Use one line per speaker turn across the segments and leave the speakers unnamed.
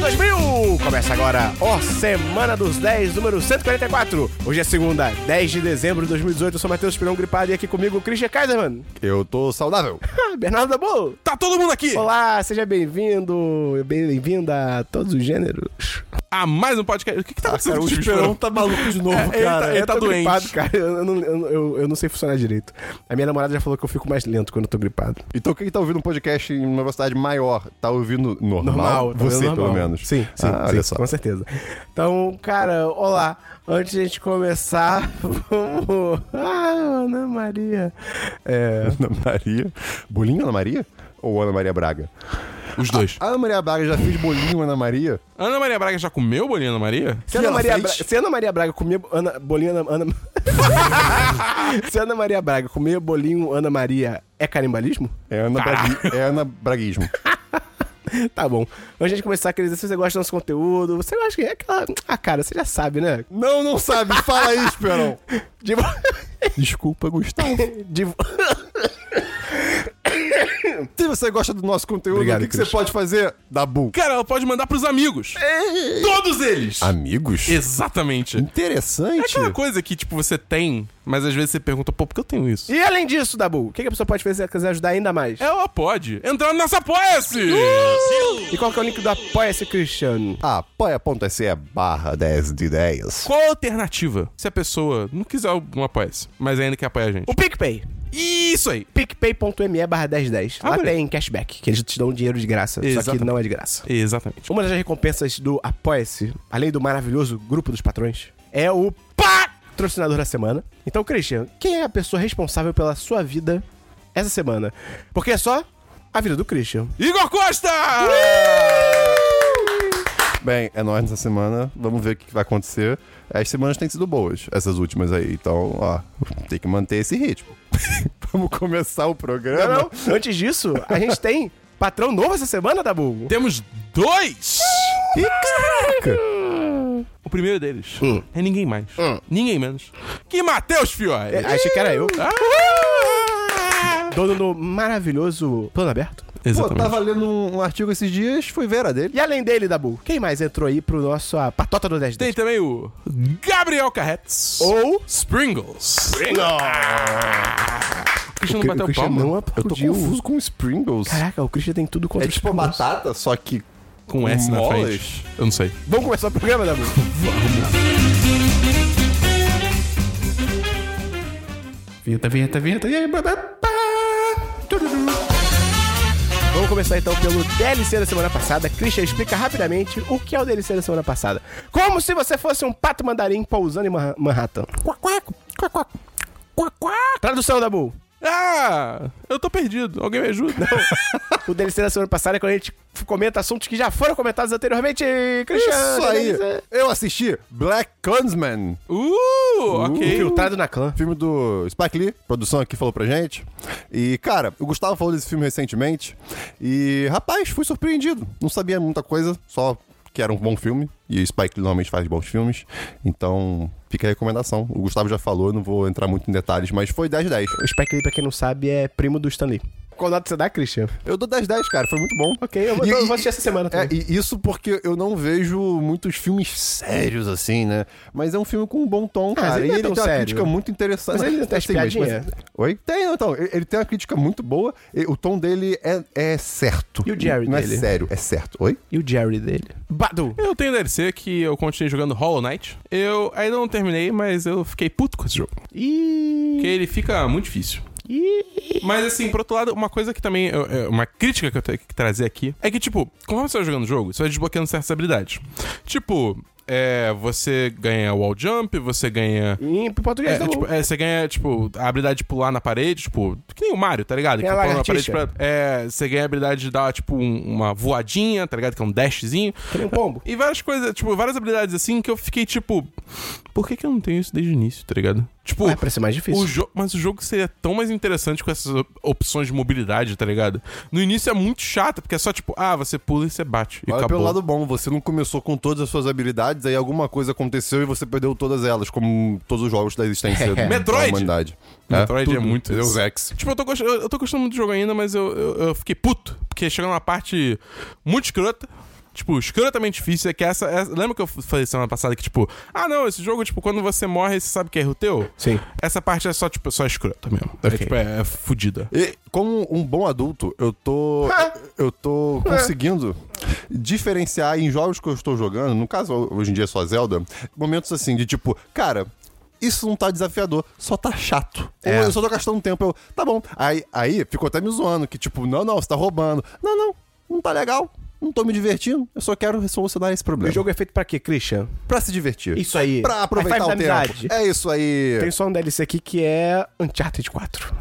tá Semana, ó, Semana dos 10, número 144. Hoje é segunda, 10 de dezembro de 2018. Eu sou Matheus Pirão Gripado e aqui comigo o Christian Kaiserman.
Eu tô saudável.
Ah, Bernardo Dabu.
Tá todo mundo aqui
Olá, seja bem-vindo, bem-vinda a todos os gêneros.
a mais um podcast. O que que tá acontecendo
Ah, Cara,
com
o
o Esperão?
Esperão tá maluco de
É,
novo, cara.
ele
É
tá- ele
eu tô
doente.
gripado, cara. Eu não, eu, eu- eu não sei funcionar direito. A minha namorada já falou que eu fico mais lento quando eu tô gripado.
Então quem tá ouvindo um podcast em uma velocidade maior, tá ouvindo normal?
Normal, tá
Você,
normal.
pelo menos.
Sim, sim,
Ah,
sim,
olha só.
com certeza. Então, cara, olá. Antes de a gente começar, vamos. Ah, Ana Maria. É.
Ana Maria. Bolinho Ana Maria? Ou Ana Maria Braga?
Os dois.
A Ana Maria Braga já fez bolinho Ana Maria?
Ana Maria Braga já comeu bolinha Ana Maria?
Se Ana,
ela
Maria
fez?
Braga, se Ana Maria Braga comia Ana, bolinho Ana, Ana- Se Ana Maria Braga comia bolinho Ana Maria é carimbalismo?
É Ana, Bragui... é Ana Braguismo.
Tá bom. Antes de a gente começar, queridos, se você gosta do nosso conteúdo, você acha que é aquela. Ah, cara, você já sabe, né?
não, não sabe. Fala aí, Esperão.
De...
Desculpa, Gustavo.
de-
Se você gosta do nosso conteúdo,
Obrigado,
o que, que
Cris.
você pode fazer? Dabu.
Cara, ela pode mandar pros amigos. Todos eles!
Ah. Amigos?
Exatamente. É
Interessante.
aquela coisa que, tipo, você tem, mas às vezes você pergunta, pô, por que eu tenho isso?
E além disso, Dabu, o que que a pessoa pode fazer se quiser ajudar ainda mais?
Ela pode. Entrar no nosso Apoia-se!
E qual que é o link do Apoia-se Cristiano?
apoia.se barra 10 de 10.
Qual a alternativa? Se a pessoa não quiser um apoia-se, mas ainda quer apoiar a gente.
O PicPay.
Isso aí!
PicPay.me barra 1010.
Ah,
Lá
bonito.
tem cashback, que eles te dão dinheiro de graça. Só que
Exatamente.
não é de graça.
Exatamente.
Uma das recompensas do Apoia-se, além do maravilhoso grupo dos patrões, é o patrocinador da semana. Então, Christian, quem é a pessoa responsável pela sua vida essa semana? Porque é só a vida do Christian.
Igor Costa!
Bem, é nóis nessa semana. Vamos ver o que que vai acontecer. As semanas têm sido boas, essas últimas aí. Então, ó, tem que manter esse ritmo. Vamos começar o programa.
Não, não. Antes disso, a gente tem patrão novo essa semana, Dabu.
Temos dois!
Ih, caraca!
O primeiro deles é ninguém mais, ninguém menos que Matheus Fiore.
É, achei que era eu.
Ah!
Dono do maravilhoso Plano Aberto.
Pô,
Exatamente.
tava lendo um, um artigo esses dias, fui ver a dele.
E além dele, Dabu, quem mais entrou aí pro nosso a patota do 10
Tem também o Gabriel Carretes.
Ou
Springles. O Cristiano
O Cri-
bateu
o Cristiano
palma
não
Eu tô
aplaudiu.
confuso com Springles.
Caraca, o Christian tem tudo contra
é
os
tipo uma
Pumas.
batata, só que...
com um S na
Molas?
frente. Eu não sei.
Vamos começar o programa, Dabu?
Vinheta, vinheta, vinheta. E aí,
Vamos começar então pelo DLC da semana passada. Christian explica rapidamente o que é o DLC da semana passada. Como se você fosse um pato mandarim pousando em Ma- Manhattan. Tradução, Dabu.
Ah, eu tô perdido. Alguém me ajuda?
O DLC da semana passada é quando a gente f- comenta assuntos que já foram comentados anteriormente. Christian,
Isso aí!
DLC.
Eu assisti Black Clansman,
Uh, ok.
Infiltrado na clã.
filme do Spike Lee, produção aqui falou pra gente. E, cara, o Gustavo falou desse filme recentemente. E, rapaz, fui surpreendido. Não sabia muita coisa, só que era um bom filme. E Spike Lee normalmente faz bons filmes. Então, fica a recomendação. O Gustavo já falou, eu não vou entrar muito em detalhes, mas foi 10 10.
O Spike Lee, pra quem não sabe, é primo do Stanley. Qual nota você dá, Christian?
Eu dou 10 10, cara, foi muito bom.
Ok, eu vou- então eu vou assistir essa semana
É,
também.
e isso porque eu não vejo muitos filmes sérios assim, né? Mas é um filme com um bom tom,
mas
cara.
ele
e
não é
ele
tão
tem uma
sério.
crítica muito interessante. Assim,
Mas ele não tem as
mas-
piadinhas?
mas- Oi? Tem, não, então. Ele ele tem uma crítica muito boa. e o tom dele é, é certo.
E o Jerry
Não
dele?
é sério, é certo. Oi?
E o Jerry dele? Badu.
Eu tenho DLC que eu continuei jogando Hollow Knight. Eu ainda não terminei, mas eu fiquei puto com esse jogo. Porque
E...
ele fica muito difícil.
e...
Mas assim, por outro lado, uma coisa que também. é, é, Uma crítica que eu tenho que trazer aqui é que, tipo, conforme você vai jogando o jogo, você vai desbloqueando certas habilidades. Tipo, é, você ganha wall jump, você ganha.
Em português, tá
É,
Dabu.
tipo, é, você ganha, tipo, a habilidade de pular na parede, tipo, que nem o Mario, tá ligado?
Ganha
Que pula na
lagartixa.
pra- é, você ganha a habilidade de dar, tipo, um- uma voadinha, tá ligado? Que é um dashzinho.
Que nem um pombo.
E várias coisas, tipo, várias habilidades assim que eu fiquei, tipo, por que, que eu não tenho isso desde o início, tá ligado? Tipo,
É, pra ser mais difícil.
o jo- mas o jogo seria tão mais interessante com essas op- opções de mobilidade, tá ligado? No início é muito chato, porque é só tipo, ah, você pula e você bate. E
Olha
acabou.
pelo lado bom, você não começou com todas as suas habilidades, aí alguma coisa aconteceu e você perdeu todas elas, como todos os jogos da existência da
Metroid!
humanidade.
Metroid é
tudo.
muito isso.
Deus Ex.
Tipo, eu tô, gost- eu eu tô gostando muito do jogo ainda, mas eu, eu, eu fiquei puto, porque chegou numa parte muito escrota. tipo, escrotamente difícil. É que essa, essa- Lembra que eu falei semana passada que, tipo, ah, não, esse jogo, tipo, quando você morre, você sabe que é erro teu?
Sim.
Essa parte é só, tipo, só escrota mesmo. É,
Ok.
tipo, é, é fudida.
E, como um bom adulto, eu tô. eu tô conseguindo diferenciar em jogos que eu estou jogando, no caso, hoje em dia é só Zelda, momentos assim de tipo, cara. Isso não tá desafiador, só tá chato.
É.
Eu só tô gastando tempo. Eu, tá bom. Aí, aí ficou até me zoando, que tipo, não, não, você tá roubando. Não, não, não tá legal. Não tô me divertindo. Eu só quero solucionar esse
O
problema.
jogo é feito pra quê, Christian?
Pra se
É
divertir.
Isso aí.
Pra aproveitar o
High
tempo.
Five da amizade.
É isso aí.
Tem só um DLC aqui que é Uncharted 4.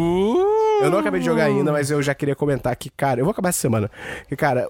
Uh!
Eu não acabei de jogar ainda, mas eu já queria comentar que, cara, eu vou acabar essa semana. Que, cara,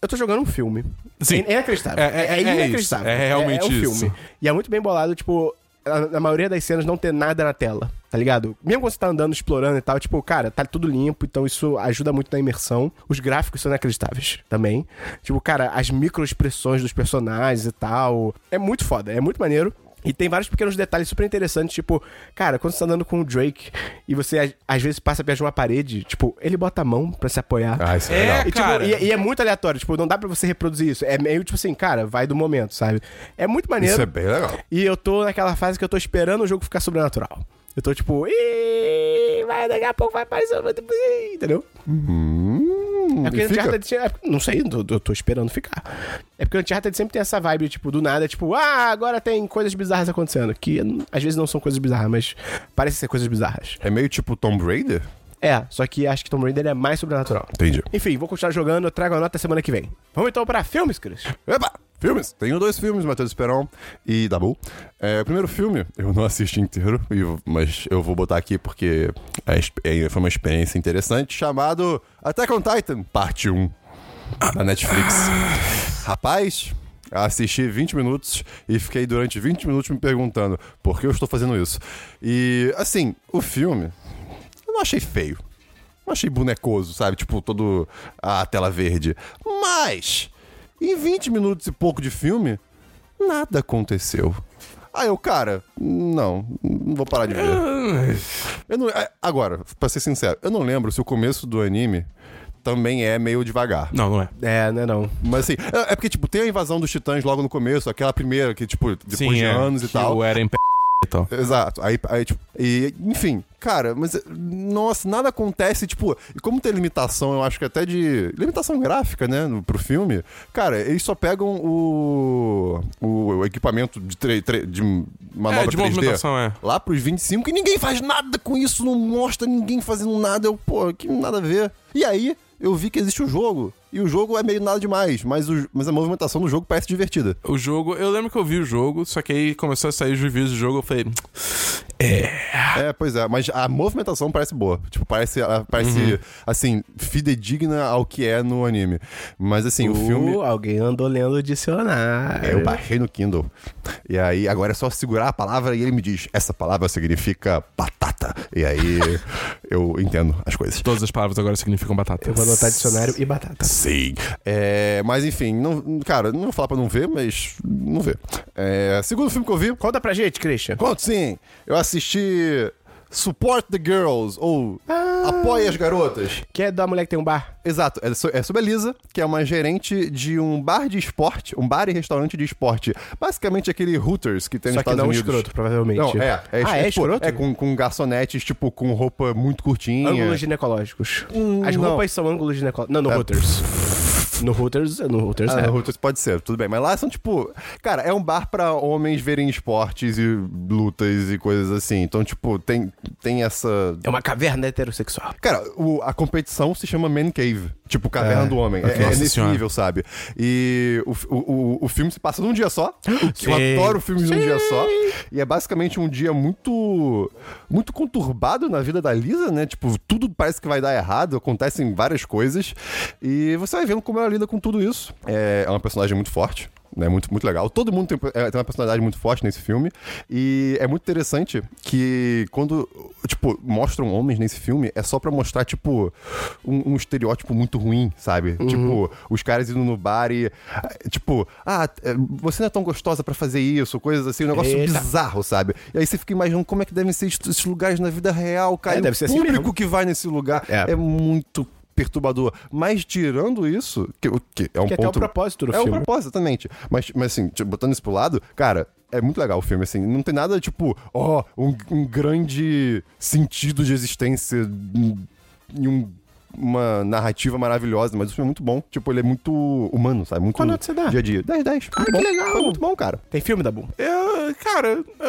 eu tô jogando um filme.
Sim.
É inacreditável.
É- é- é isso.
inacreditável.
É realmente
um
isso.
filme. E é muito bem bolado, tipo, a, a maioria das cenas não tem nada na tela, tá ligado? Mesmo quando você tá andando, explorando e tal, tipo, cara, tá tudo limpo, então isso ajuda muito na imersão. Os gráficos são inacreditáveis também. Tipo, cara, as microexpressões dos personagens e tal. É muito foda, é muito maneiro. E tem vários pequenos detalhes super interessantes, tipo, cara, quando você tá andando com o Drake e você às- às vezes passa perto de uma parede, tipo, ele bota a mão pra se apoiar.
Ah, isso
É,
E, tipo,
cara.
e- e é muito aleatório, tipo, não dá pra você reproduzir isso. É meio tipo assim, cara, vai do momento, sabe? É muito maneiro.
Isso é bem legal.
E eu tô naquela fase que eu tô esperando o jogo ficar sobrenatural. Eu tô tipo, "Ih, vai, daqui a pouco vai aparecer. vai ter- ih", Entendeu?
Hum,
É porque
e fica?
Uncharted tinha. é porque- Não sei, eu tô- eu tô esperando ficar. É porque Uncharted sempre tem essa vibe, tipo, do nada, tipo, ah, agora tem coisas bizarras acontecendo. Que hum, às vezes não são coisas bizarras, mas parecem ser coisas bizarras.
É meio tipo Tomb Raider?
É, só que acho que Tomb Raider é mais sobrenatural.
Entendi.
Enfim, vou continuar jogando, eu trago a nota semana que vem. Vamos então pra filmes, Cris?
Epa! Filmes! Tenho dois filmes, Matheus Esperão e Dabu. É, o primeiro filme, eu não assisti inteiro, e- mas eu vou botar aqui porque a exp- é, foi uma experiência interessante, chamado Attack on Titan, parte 1, na Netflix. Rapaz, assisti 20 minutos e fiquei durante 20 minutos me perguntando por que eu estou fazendo isso. E, assim, o filme, eu não achei feio. Não achei bonecoso, sabe? Tipo, todo a tela verde. Mas, em 20 minutos e pouco de filme, nada aconteceu. Aí eu, cara, não, não vou parar de ver. Eu não, é, agora, pra ser sincero, eu não lembro se o começo do anime também é meio devagar.
Não, não é.
É, né, não.
Mas assim, é é porque, tipo, tem a invasão dos titãs logo no começo, aquela primeira que, tipo, depois
Sim,
de
é,
anos e
que
tal.
O Eren P... e tal.
Exato. Aí, aí, tipo, e, enfim, cara, mas nossa, nada acontece, tipo, e como tem limitação, eu acho que até de limitação gráfica, né, no, pro filme. Cara, eles só pegam o o, o equipamento de tre- tre- de manobra
É, de
3D
movimentação, é.
lá pros 25 e ninguém faz nada com isso, não mostra ninguém fazendo nada, eu, pô, que nada a ver. E aí, eu vi que existe o jogo. E o jogo é meio nada demais, mas, o- mas a movimentação do jogo parece divertida.
O jogo, eu lembro que eu vi o jogo, só que aí começou a sair os reviews do jogo, eu falei,
É, pois é, mas a movimentação parece boa. Tipo, parece, ah, parece assim, fidedigna ao que é no anime. Mas assim, o filme. É,
Uh, alguém andou lendo o dicionário.
Eu baixei no Kindle. E aí, agora é só segurar a palavra e ele me diz: essa palavra significa batata. E aí eu entendo as coisas.
todas as palavras agora significam batata.
Eu vou anotar dicionário e batata.
Sim. É, mas enfim, não, cara, não vou falar pra não ver, mas não vê. É, segundo filme que eu vi.
Conta pra gente, Christian.
Conto sim! Eu assisti Support the Girls, ou Apoie as Garotas.
Que é da mulher que tem um bar.
Exato, é, so- é sobre a Lisa, que é uma gerente de um bar de esporte, um bar e restaurante de esporte. Basicamente aquele Hooters que tem
Só
nos
que
Estados
não é um
Unidos.
escroto, provavelmente.
Não, é. é
ah, é
tipo,
escroto?
É com, com garçonetes, tipo, com roupa muito curtinha.
Ângulos ginecológicos.
Hum,
As
não. É.
roupas são ângulos ginecológicos. Não, no Hooters. No Hooters, no Hooters
Ah,
é.
no Hooters pode ser, tudo bem. Mas lá são tipo. Cara, é um bar pra homens verem esportes e lutas e coisas assim. Então, tipo, tem, tem essa.
É uma caverna heterossexual.
Cara, o- a competição se chama Man Cave. Tipo, Caverna
É.
do Homem. É,
Nossa
é nesse
Senhora.
nível, sabe? E o, fi- o, o, o filme se passa num dia só. O que eu
Sim.
adoro filmes num dia só. E é basicamente um dia muito. Muito conturbado na vida da Lisa, né? Tipo, tudo parece que vai dar errado, acontecem várias coisas. E você vai vendo como ela lida com tudo isso. É, é uma personagem muito forte. Né, muito, muito legal. Todo mundo tem, é, tem uma personalidade muito forte nesse filme. E é muito interessante que quando, tipo, mostram homens nesse filme, é só pra mostrar, tipo, um, um estereótipo muito ruim, sabe?
Uhum.
Tipo, os caras indo no bar e, ah, tipo, ah, é, você não é tão gostosa pra fazer isso, coisas assim, um negócio
Eita.
bizarro, sabe? E aí você fica imaginando como é que devem ser est- esses lugares na vida real, cara.
É,
E
deve
o
ser assim
público
mesmo.
que vai nesse lugar é,
É.
muito perturbador. Mas tirando isso, que, o que é um
Que até é o
ponto...
propósito do
É o
filme.
propósito, exatamente. Mas, mas assim, tipo, botando isso pro lado, cara, é muito legal o filme, assim. Não tem nada, tipo, ó, um, um grande sentido de existência em- em um- uma narrativa maravilhosa, mas o filme é muito bom. Tipo, ele é muito humano, sabe? Muito
Qual nota você dá?
Dia a dia. 10, 10. Ah,
que legal!
Foi muito bom, cara.
Tem filme da Boom.
Eu, cara, eu,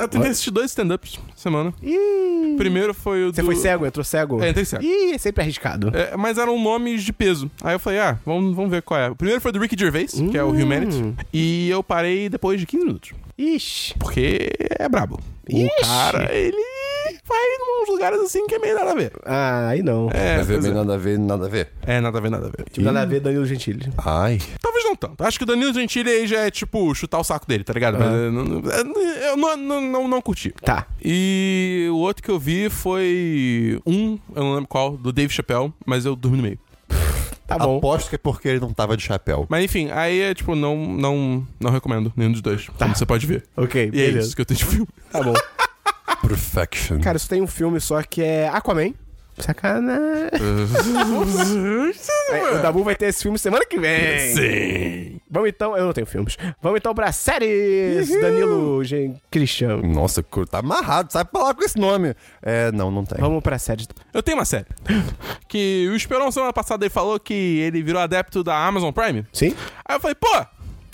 eu tentei assistir dois stand-ups semana.
Ih!
Primeiro foi o
Você
do...
foi cego, entrou cego?
É, entrei cego.
Ih, é sempre arriscado.
É, mas eram nomes de peso. Aí eu falei, ah, vamos, vamos ver qual é. O primeiro foi do Ricky Gervais, que é o Humanity. E eu parei depois de 15 minutos.
Ixi.
Porque é brabo.
Ixi.
O cara, ele vai em uns lugares assim que é meio nada a ver.
Ah, aí não.
É,
Nada a ver,
pois é.
nada a ver, nada a ver.
é nada a ver, nada a ver.
Tipo, nada a ver Danilo Gentili.
Ai.
Talvez não tanto. Acho que o Danilo Gentili aí já é, tipo, chutar o saco dele, tá ligado? Mas, é, não- não- eu não, não, não, não curti.
Tá.
E o outro que eu vi foi um, eu não lembro qual, do Dave Chappelle, mas eu dormi no meio.
Tá bom.
Aposto que é porque ele não tava de chapéu.
Mas enfim, aí é tipo, não, não, não recomendo nenhum dos dois. Como você pode ver.
Ok,
E é
beleza.
isso que eu tenho de filme.
Tá bom.
Perfection.
Cara, isso tem um filme só que é Aquaman. Sacanagem. É, o Dabu vai ter esse filme semana que vem.
Sim.
Vamos então. Eu não tenho filmes. Vamos então pra séries. Danilo Gen Christian.
Nossa, tá amarrado, sabe falar com esse nome. É, não, não tem.
Vamos pra séries.
Eu tenho uma série. Que o Esperão semana passada ele falou que ele virou adepto da Amazon Prime.
Sim?
Aí eu falei, pô,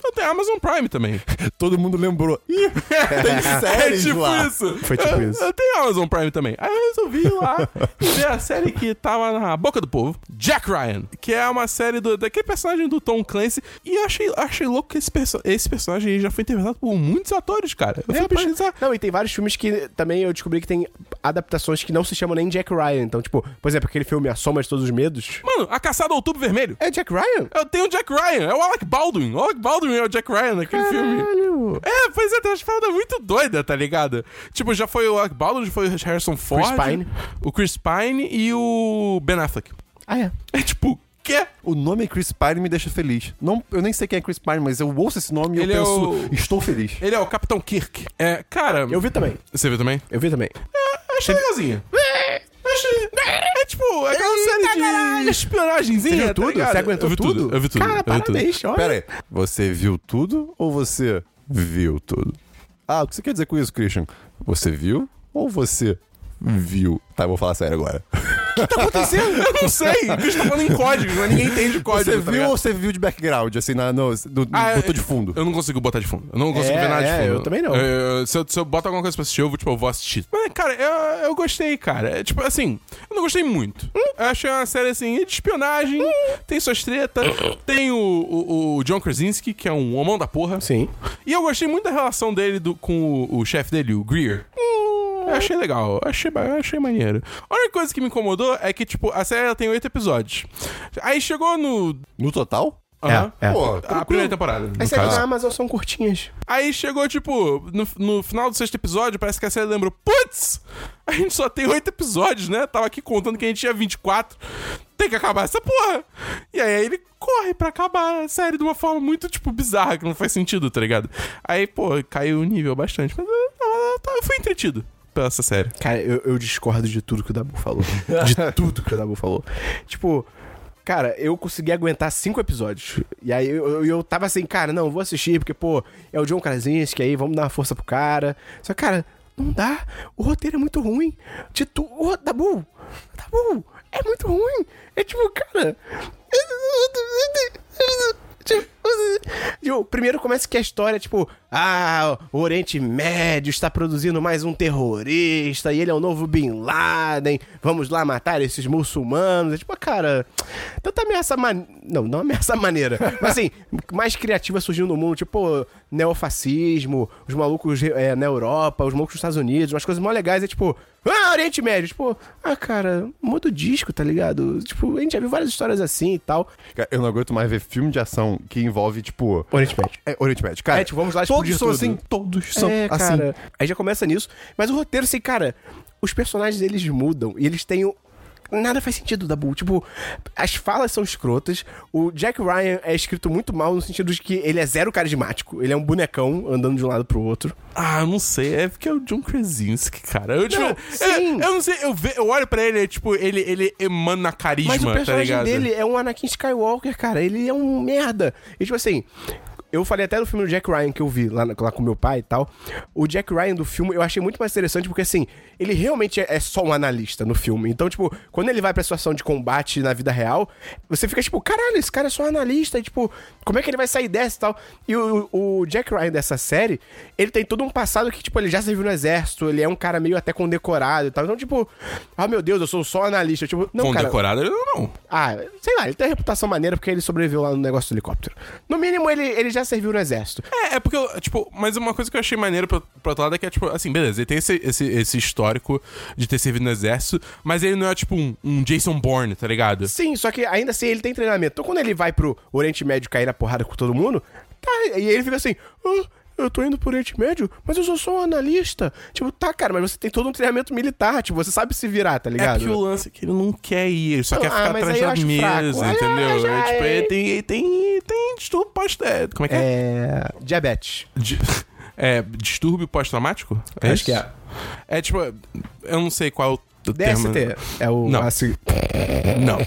eu tenho Amazon Prime também.
Todo mundo lembrou. Ih, tem séries
é tipo
lá.
isso.
Foi tipo
eu,
isso.
Eu tenho Amazon Prime também. Aí eu resolvi ir lá e ver a série que tava na boca do povo, Jack Ryan, que é uma série do, daquele personagem do Tom Clancy. E eu achei, achei louco que esse, perso esse personagem já foi interpretado por muitos atores, cara. Eu fui
É, rapaz.
pesquisar.
Não, e tem vários filmes que também eu descobri que tem adaptações que não se chamam nem Jack Ryan. Então, tipo, por exemplo, aquele filme A Soma de Todos os Medos.
Mano, a caçada ao outubro vermelho.
É Jack Ryan?
Eu tenho o Jack Ryan, é o Alec Baldwin. O Alec Baldwin é o Jack Ryan naquele filme.
Caralho.
É, pois é, tem umas paradas muito doidas, tá ligado? Tipo, já foi o Alec Baldwin, já foi o Harrison Ford.
Pine.
O Chris Pine e o Ben Affleck.
Ah, é.
É tipo, quê?
O nome Chris Pine me deixa feliz. Não, eu nem sei quem é Chris Pine, mas eu ouço esse nome e eu
Ele é
penso,
o-
estou feliz.
Ele é o Capitão Kirk. É, cara...
Eu vi também.
Você viu também?
Eu vi também.
É, achei legalzinha. Achei... É tipo, é aquela série de espionagenzinha,
Você viu
tá
tudo?
ligado?
Você aguentou
eu vi tudo?
tudo?
Eu vi tudo.
Cara,
eu vi tudo.
Ah, parabéns, olha.
Pera aí, você viu tudo ou você viu tudo? Ah, o que você quer dizer com isso, Christian? Você viu ou você viu? Tá, eu vou falar sério agora.
tá acontecendo? Eu não sei. O bicho tá falando em código, mas ninguém entende o código.
Você
tá
viu
ligado?
ou você viu de background, assim, na, no, do,
Ah,
botou
eu-
de fundo?
Eu não consigo botar de fundo. Eu não consigo
É,
ver nada de
é,
fundo.
eu também não.
Eu- se, eu, se eu boto alguma coisa pra assistir, eu vou, tipo, eu vou assistir. Mas, cara, eu, eu gostei, cara. É, tipo, assim, eu não gostei muito. Eu achei uma série, assim, de espionagem, tem suas tretas, tem o, o, o John Krasinski, que é um homão da porra.
Sim.
E eu gostei muito da relação dele do, com o, o chefe dele, o Greer. Eu achei legal, eu achei, ba- eu achei maneiro. A única coisa que me incomodou é que, tipo, a série ela tem oito episódios. Aí chegou no.
No total?
Aham.
É.
Pô,
A
tranquilo.
primeira temporada. no
As séries
caso.
da Amazon são curtinhas.
Aí chegou, tipo, no, no final do sexto episódio, parece que a série lembrou: putz, a gente só tem oito episódios, né? Tava aqui contando que a gente tinha 24. Tem que acabar essa porra. E aí ele corre pra acabar a série de uma forma muito, tipo, bizarra, que não faz sentido, tá ligado? Aí, pô, caiu o nível bastante. Mas eu, eu- eu- eu fui entretido pela essa série.
Cara, eu, eu discordo de tudo que o Dabu falou. De tudo que o Dabu falou. Tipo, cara, eu consegui aguentar cinco episódios. E aí eu, eu, eu tava assim, cara, não, vou assistir, porque, pô, é o John Krasinski aí, vamos dar uma força pro cara. Só que, cara, não dá. O roteiro é muito ruim. De tu... Ô, Dabu! Dabu! É muito ruim! É tipo, cara. Tipo, primeiro começa que a história, tipo, ah, o Oriente Médio está produzindo mais um terrorista e ele é o novo Bin Laden, vamos lá matar esses muçulmanos. É tipo, cara, tanta ameaça man... Não, não ameaça maneira, mas assim, mais criativa surgindo no mundo, tipo, pô, neofascismo, os malucos é, na Europa, os malucos nos Estados Unidos, umas coisas mó legais, é tipo, ah, Oriente Médio, tipo, ah, cara, muda o disco, tá ligado? Tipo, a gente já viu várias histórias assim e tal.
Cara, Eu não aguento mais ver filme de ação que envolve, tipo.
Oriente Médio.
É, Oriente Médio. Cara,
É, tipo, vamos lá explodir
todos são
tudo.
assim, todos são
é,
assim.
cara. Aí já começa nisso. Mas o roteiro, assim, cara, os personagens eles mudam e eles têm. o- nada faz sentido, Dabu. Tipo, as falas são escrotas. O Jack Ryan é escrito muito mal no sentido de que ele é zero carismático. Ele é um bonecão andando de um lado pro outro.
Ah, eu não sei. É porque é o John Krasinski, cara. Eu, tipo,
Não,
é-
sim.
eu não sei. Eu, ve, eu olho pra ele, é, tipo, ele, ele emana carisma,
Mas o personagem
tá ligado?
dele é um Anakin Skywalker, cara. Ele é um merda. E tipo assim. Eu falei até no filme do Jack Ryan que eu vi lá, na- lá com meu pai e tal. O Jack Ryan do filme eu achei muito mais interessante porque, assim, ele realmente é, é só um analista no filme. Então, tipo, quando ele vai pra situação de combate na vida real, você fica tipo, caralho, esse cara é só um analista. E, tipo, como é que ele vai sair dessa e tal? E o, o Jack Ryan dessa série, ele tem todo um passado que, tipo, ele já serviu no exército, ele é um cara meio até condecorado e tal. Então, tipo, ah, meu Deus, eu sou só um analista. Tipo, não,
Com
cara,
decorado, ele não, não.
ah, sei lá, ele tem a reputação maneira porque ele sobreviveu lá no negócio do helicóptero. No mínimo, ele, ele já serviu no exército.
É, é porque, eu, tipo, mas uma coisa que eu achei maneiro pro, pro outro lado é que é, tipo, assim, beleza, ele tem esse, esse, esse histórico de ter servido no exército, mas ele não é, tipo, um, um Jason Bourne, tá ligado?
Sim, só que ainda assim ele tem treinamento. Então quando ele vai pro Oriente Médio cair na porrada com todo mundo, tá, e ele fica assim, "Ah, eu tô indo pro Oriente Médio, mas eu sou só um analista. Tipo, tá, cara, mas você tem todo um treinamento militar, tipo, você sabe se virar, tá
É
ligado?
porque o lance é que ele não quer ir, ele só
Não,
quer
ah,
ficar
mas
atrás
aí eu
da
acho fraco.
mesa,
Ah,
entendeu?
já
É, tipo,
é.
ele tem, ele tem, tem distúrbio pós é, Como é que é?
É. Diabetes.
Di- É, distúrbio pós-traumático?
Acho que
isso?
é.
É tipo, eu não sei qual é o termo.
DST. É o.
Não.
assim-
Não.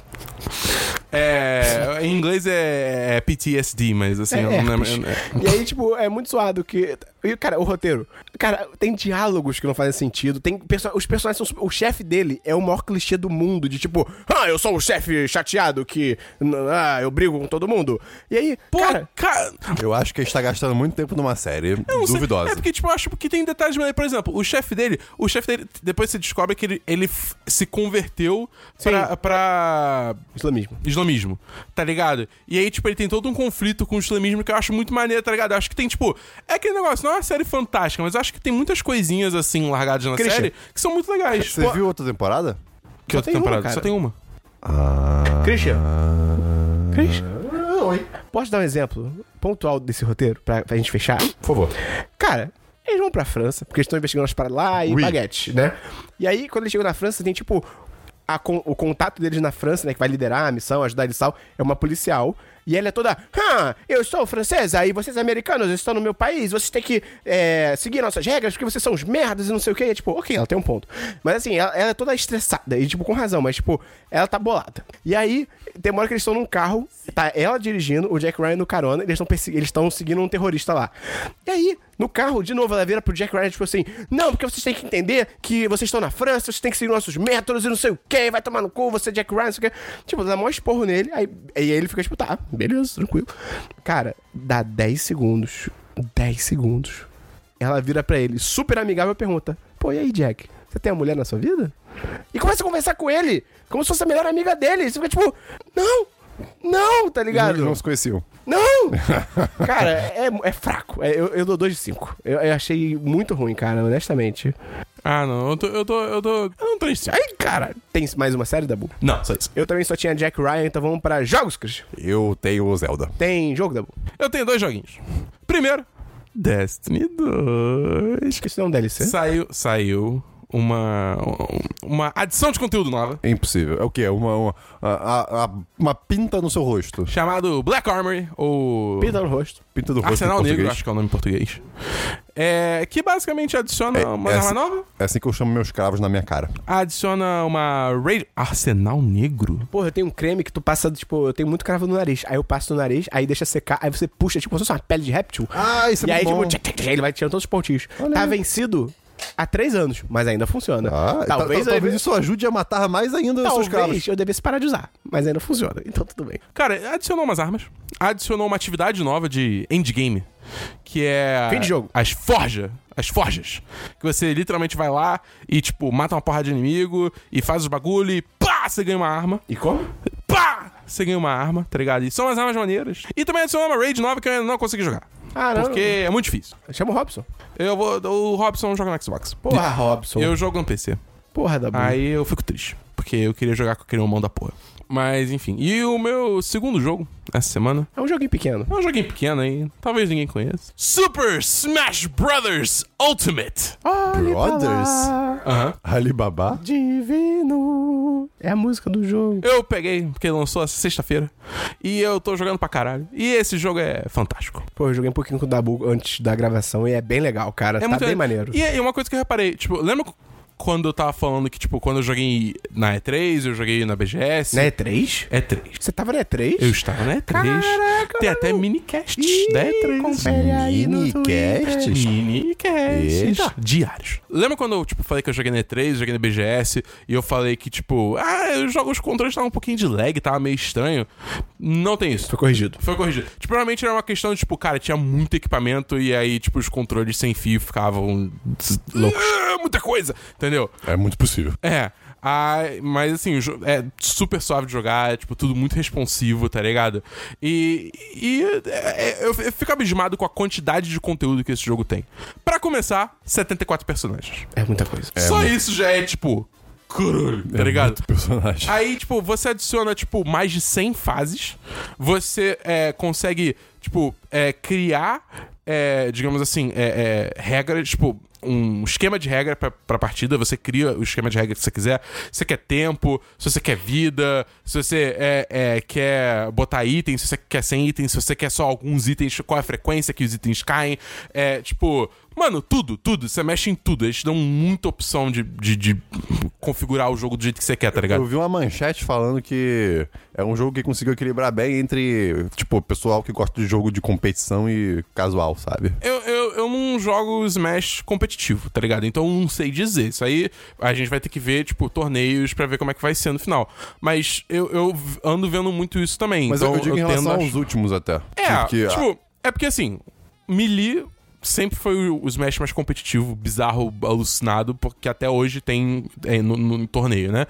É, em inglês é, é PTSD, mas assim, eu
É,
não lembro.
herpes.
é-
E aí, tipo, é muito zoado que. E, cara, o roteiro. Cara, tem diálogos que não fazem sentido. Tem perso- Os personagens são. super- O chefe dele é o maior clichê do mundo. De tipo, ah, eu sou o chefe chateado que. n- Ah, eu brigo com todo mundo. E aí,
Pô,
cara.
cara,
Eu acho que a gente tá gastando muito tempo numa série
Eu não sei.
duvidosa.
É porque, tipo, eu acho que tem detalhes, mas, por exemplo, o chefe dele, o chefe dele, depois você descobre que ele, ele f- se converteu pra, pra
Islamismo.
islamismo, tá ligado? E aí, tipo, ele tem todo um conflito com o islamismo que eu acho muito maneiro, tá ligado? Eu acho que tem, tipo, é aquele negócio, não é uma série fantástica, mas eu acho que tem muitas coisinhas, assim, largadas na
Christian.
série que são muito legais.
Você
Pô,
viu outra temporada?
que
Só
outra
tem uma,
temporada?
cara.
Só tem uma.
Christian.
Ah.
Ah,
Christian. Oi. Posso dar um exemplo pontual desse roteiro pra, pra gente fechar?
Por favor.
Cara, eles vão pra França, porque eles estão investigando as paradas lá e
Oui.
baguete, né? E aí, quando eles chegam na França, tem tipo. a con- o contato deles na França, né? Que vai liderar a missão, ajudar eles e tal, é uma policial. E ela é toda. Hã, eu sou francesa e vocês americanos estão no meu país, vocês têm que é, seguir nossas regras porque vocês são os merdas e não sei o quê. E é tipo, ok, ela tem um ponto. Mas assim, ela, ela é toda estressada e, tipo, com razão, mas tipo, ela tá bolada. E aí, tem uma hora que eles estão num carro, tá ela dirigindo, o Jack Ryan no carona, eles estão persegui- eles estão seguindo um terrorista lá. E aí, no carro, de novo, ela vira pro Jack Ryan, tipo assim, não, porque vocês têm que entender que vocês estão na França, vocês têm que seguir nossos métodos e não sei o que, vai tomar no cu, você é Jack Ryan, não sei o que. Tipo, dá maior esporro nele, aí, aí ele fica tipo, tá, beleza, tranquilo. Cara, dá 10 segundos, 10 segundos, ela vira pra ele, super amigável, e pergunta, pô, e aí, Jack, você tem uma mulher na sua vida? E começa a conversar com ele, como se fosse a melhor amiga dele, você fica tipo, não, não, tá ligado?
Eles não se conheciam.
Não! cara, é, é fraco. É, eu, eu dou 2 de 5. Eu, eu achei muito ruim, cara, honestamente.
Ah, não, eu tô, eu tô, eu tô, eu não tô enche- Ai, cara.
Tem mais uma série, Dabu?
Não, só isso.
Eu também só tinha Jack Ryan, então vamos pra jogos, Cris.
Eu tenho o Zelda.
Tem jogo, Dabu?
Eu tenho dois joguinhos. Primeiro, Destiny 2.
Esqueci não é um DLC.
Saiu, saiu uma, uma adição de conteúdo nova.
É impossível. É o quê? Uma, uma, a- a- a- uma pinta no seu rosto.
Chamado Black Armory, ou
Pinta um no rosto.
Pinta do rosto
Arsenal
em
Negro,
português.
acho que é o nome em português. É, que basicamente adiciona
É,
uma
é
arma
assim-
nova,
É assim que eu chamo meus cravos na minha cara.
adiciona uma raid... Arsenal Negro?
Porra, eu tenho um creme que tu passa, tipo, eu tenho muito cravo no nariz. Aí eu passo no nariz, aí deixa secar, aí você puxa, tipo, como se fosse uma pele de réptil.
Ah, isso
é
e aí, tipo, tchac, tchac, tchac, ele vai tirando todos os pontinhos. tá vencido há 3 anos, mas ainda funciona.
Ah, talvez,
talvez,
talvez isso ajude a matar mais ainda os seus cravos.
talvez eu devesse parar de usar, mas ainda funciona. Então tudo bem.
Cara, adicionou umas armas, adicionou uma atividade nova de endgame, que é...
Fim de jogo.
As forja, as forjas, que você literalmente vai lá e, tipo, mata uma porrada de inimigo e faz os bagulho e pá, você ganha uma arma.
E como?
pá! Você ganha uma arma, tá ligado? E são umas armas maneiras. E também adicionou uma raid nova que eu ainda não consegui jogar.
Ah, não.
Porque é muito difícil.
Chama o Robson.
Eu vou. O Robson joga no Xbox.
Porra, Robson.
Eu jogo no PC.
Porra da boca.
Aí eu fico triste. Porque eu queria jogar com aquele mão da porra. Mas enfim. E o meu segundo jogo essa semana.
É um joguinho pequeno.
É um joguinho pequeno aí. Talvez ninguém conheça. Super Smash Brothers Ultimate.
Olhe pra
Brothers?
lá.
Aham.
Alibaba.
Divino. É a música do jogo.
Eu peguei, porque lançou a sexta-feira. E eu tô jogando pra caralho. E esse jogo é fantástico.
Pô, eu joguei um pouquinho com o Dabu antes da gravação e é bem legal, cara. tá bem maneiro.
E, e uma coisa que eu reparei, tipo, lembra quando eu tava falando que, tipo, quando eu joguei na E3, eu joguei na BGS?
Na E3?
E3.
Você tava na E3?
Eu estava na E3.
Caraca, maluco.
Tem até minicasts
Ih,
da E3.
confere aí no Twitter.
Minicasts?
Minicasts.
Eita.
Diários. Lembra quando eu, tipo, falei que eu joguei na E3, joguei na BGS, e eu falei que, tipo, ah, os jogos os controles estavam um pouquinho de lag, tava meio estranho. Não tem isso.
Foi corrigido.
Foi corrigido. Tipo, realmente era uma questão de, tipo, cara, tinha muito equipamento e aí, tipo, os controles sem fio ficavam des- loucos. Ah, Muita coisa, entendeu?
É muito possível.
É. ai, mas assim, o jo- é super suave de jogar, é tipo, tudo muito responsivo, tá ligado? E, e é, é, eu, eu fico abismado com a quantidade de conteúdo que esse jogo tem. Pra começar, 74 personagens.
É muita coisa.
Só isso já é, tipo, caralho, tá
É
ligado?
muito personagem.
Aí, tipo, você adiciona, tipo, mais de 100 fases. Você é, consegue, tipo, é, criar, é, digamos assim, é, é, regras, tipo, um esquema de regra pra, pra partida. Você cria o esquema de regra que você quiser. Se você quer tempo, se você quer vida, se você é, é, quer botar itens, se você quer sem itens, se você quer só alguns itens, qual é a frequência que os itens caem. É, tipo... Mano, tudo, tudo. Você mexe em tudo. Eles te dão muita opção de, de- de configurar o jogo do jeito que você quer, tá ligado?
Eu vi uma manchete falando que é um jogo que conseguiu equilibrar bem entre, tipo, o pessoal que gosta de jogo de competição e casual, sabe?
Eu, eu, eu não jogo Smash competitivo, tá ligado? Então eu não sei dizer. Isso aí a gente vai ter que ver, tipo, torneios pra ver como é que vai ser no final. Mas eu, eu v- ando vendo muito isso também.
Mas
então
eu digo em
tendo
relação
a-
aos últimos até.
É,
Porque,
tipo, é porque assim, Melee sempre foi o o Smash mais competitivo, bizarro, alucinado, porque até hoje tem é, no, no torneio, né?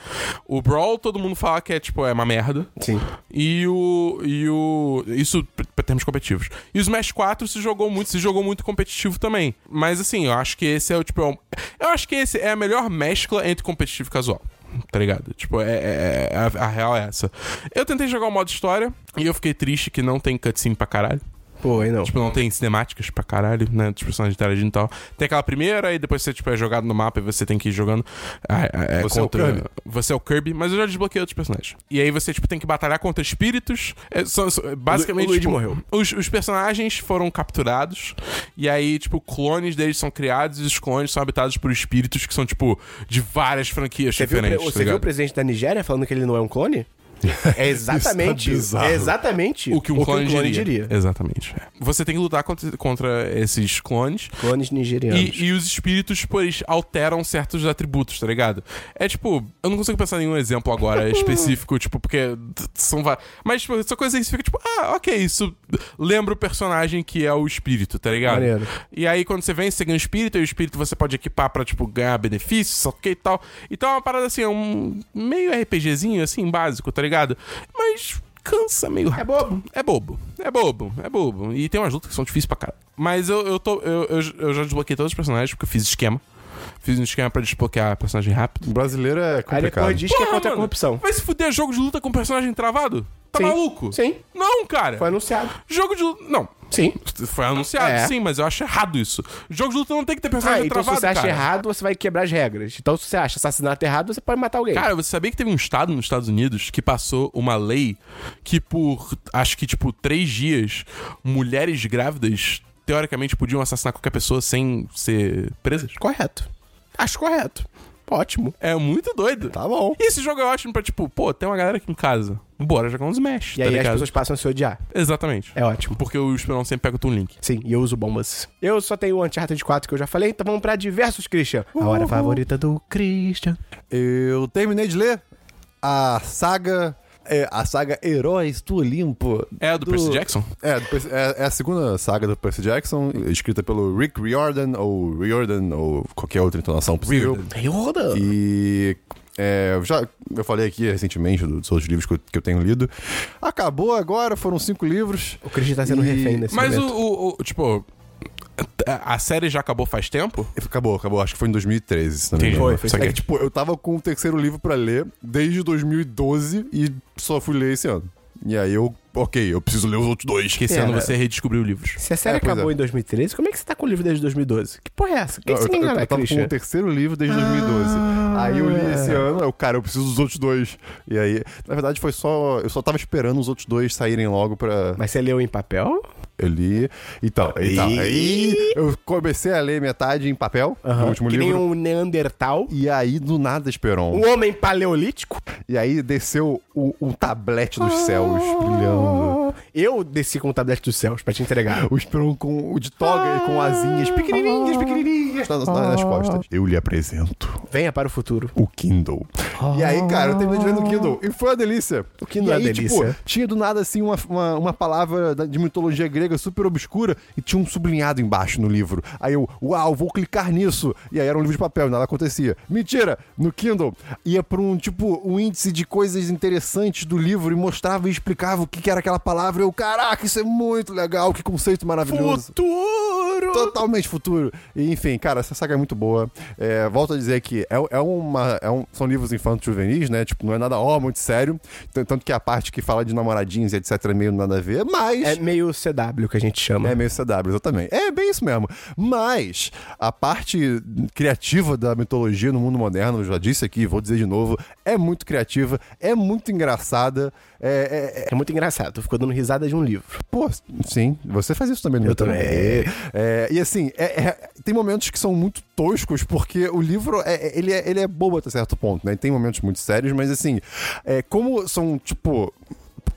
O Brawl todo mundo fala que é, tipo, é uma merda.
Sim.
E o. E o. Isso pra termos competitivos. E o Smash 4 se jogou muito, se jogou muito competitivo também. Mas assim, eu acho que esse é o tipo. é um- eu acho que esse é a melhor mescla entre competitivo e casual. Tá ligado? Tipo, é, é- é- a, a real é essa. Eu tentei jogar o modo história e eu fiquei triste que não tem cutscene pra caralho.
Pô, aí não.
Tipo, não tem cinemáticas pra caralho, né? Dos personagens interagindo e tal. Tem aquela primeira, e depois você tipo, é jogado no mapa e você tem que ir jogando. Ah, ah, é
Você é o
contra-
Kirby.
Você é o Kirby, mas eu já desbloqueei outros personagens. E aí você tipo, tem que batalhar contra espíritos. É, são, são- é, basicamente.
O Luigi
tipo,
morreu.
Os, os personagens foram capturados. E aí, tipo, clones deles são criados e os clones são habitados por espíritos que são, tipo, de várias franquias
Você viu, o pre-
diferentes. tá
você viu
ligado?
o presidente da Nigéria falando que ele não é um clone? É exatamente.
Isso tá bizarro.
é exatamente
o que um clone, diria. Exatamente. é. Você tem que lutar contra- contra esses clones.
Clones nigerianos.
E, e os espíritos, pô, eles alteram certos atributos, tá ligado? É tipo, eu não consigo pensar em nenhum exemplo agora específico, tipo, porque t- são vários. Mas, tipo, essa coisa aí você fica tipo, ah, ok, isso lembra o personagem que é o espírito, tá ligado?
Maneiro.
E aí, quando você vence, você ganha um espírito, e o espírito você pode equipar pra, tipo, ganhar benefícios, só que e tal. Então é uma parada assim, é um meio RPGzinho, assim, básico, tá ligado? Mas cansa meio
É
rápido.
bobo.
É bobo. É bobo. É bobo. E tem umas lutas que são difíceis pra caralho. Mas eu, eu, tô, eu, eu, eu já desbloqueei todos os personagens porque eu fiz esquema. Fiz um esquema pra desbloquear personagem rápido.
brasileiro é
Aí
complicado.
depois diz que é contra a
mano,
corrupção.
Vai se fuder jogo de luta com personagem travado? Tá
Sim.
maluco?
Sim.
Não, cara.
Foi anunciado.
Jogo de luta. Não.
Sim.
Foi anunciado,
É.
sim, mas eu acho errado isso. Jogo de luta não tem que ter
Ah,
personagem
então
Tá travado,
se você acha
cara.
errado, você vai quebrar as regras. Então se você acha assassinato errado, você pode matar alguém.
Cara, você sabia que teve um estado nos Estados Unidos que passou uma lei que por, acho que tipo, três dias, mulheres grávidas, teoricamente, podiam assassinar qualquer pessoa sem ser presas?
correto. Acho correto. Ótimo.
É muito doido.
Tá bom.
E esse jogo é ótimo pra, tipo, pô, tem uma galera aqui em casa. Bora jogar um Smash,
E
tá
aí as
ligado?
pessoas passam a se odiar.
Exatamente.
É ótimo.
Porque o Esperão sempre pega o Toon Link.
Sim, e eu uso bombas. Eu só tenho o Uncharted 4 que eu já falei, então vamos pra diversos, Christian. A hora favorita do Christian.
Eu terminei de ler a saga. é, a saga Heróis do Olimpo.
É a do, Percy Jackson?
É, do Percy- é- é a segunda saga do Percy Jackson, escrita pelo Rick Riordan, ou Riordan, ou qualquer outra entonação possível.
Riordan.
tá.
Yoda.
E é, eu já eu falei aqui recentemente do- dos outros livros que eu, que eu tenho lido. Acabou agora, foram cinco livros.
O Christian tá sendo
E-
refém nesse
Mas o,
momento.
o- o- tipo, a a série já acabou faz tempo?
Acabou, acabou. Acho que foi em 2013, se não me
Entendi.
engano.
Foi, foi
Só que,
sim.
tipo, eu tava com o terceiro livro pra ler desde 2012 e só fui ler esse ano. E aí eu, ok, eu preciso ler os outros dois.
Que esse
É,
ano
né?
você redescobriu livros.
Se a série
É, pois
acabou
é.
em 2013, como é que você tá com o livro desde 2012? Que porra é essa? Quem
Não,
que você me
eu, eu,
engana,
eu tava com um
Christian? Ah.
o terceiro livro desde 2012. aí eu li esse ano, eu, cara, eu preciso dos outros dois. E aí, na verdade, foi só. Eu só tava esperando os outros dois saírem logo pra.
Mas você leu em papel?
Eu li. Então, então
E-
aí eu comecei a ler metade em papel, Ah, no último
que
livro.
nem um Neandertal.
E aí, do nada, Esperon.
Um homem paleolítico.
E aí desceu o- um tablete
Ah.
dos céus brilhando.
Eu desci com um o tablete dos céus pra te entregar.
O Esperon com o de toga e com asinhas pequenininhas, pequenininhas nas, nas- nas costas. Eu lhe apresento
Venha para o futuro.
o Kindle. E aí, cara, eu terminei de ler no Kindle. E foi uma delícia. O
Kindle é
aí,
uma delícia.
Tipo, tinha do nada, assim, uma, uma, uma palavra da- de mitologia grega super obscura e tinha um sublinhado embaixo no livro. Aí eu, uau, vou clicar nisso. E aí era um livro de papel, nada acontecia. Mentira! No Kindle ia pra um, tipo, um índice de coisas interessantes do livro e mostrava e explicava o que, que era aquela palavra. Eu, caraca, isso é muito legal, que conceito maravilhoso.
Futuro!
Totalmente futuro. E, enfim, cara, essa saga é muito boa. É, volto a dizer que é, é uma. é um- são livros infantos juvenis, né? Tipo, não é nada, ó, muito sério. T- Tanto que a parte que fala de namoradinhos e etc. é meio nada a ver, mas.
É meio CW que a gente chama.
É meio CW, exatamente. É bem isso mesmo. Mas a parte criativa da mitologia no mundo moderno, eu já disse aqui, vou dizer de novo, é muito criativa, é muito engraçada. É, é- é-
É muito engraçado. Tu ficou dando risada de um livro.
pô, sim, você faz isso também no
Eu
metrô.
também.
É, e assim, é- é- tem momentos que são muito toscos, porque o livro é, é- ele, é, ele é bobo até certo ponto, né? Tem momentos muito sérios, mas assim, é, como são, tipo.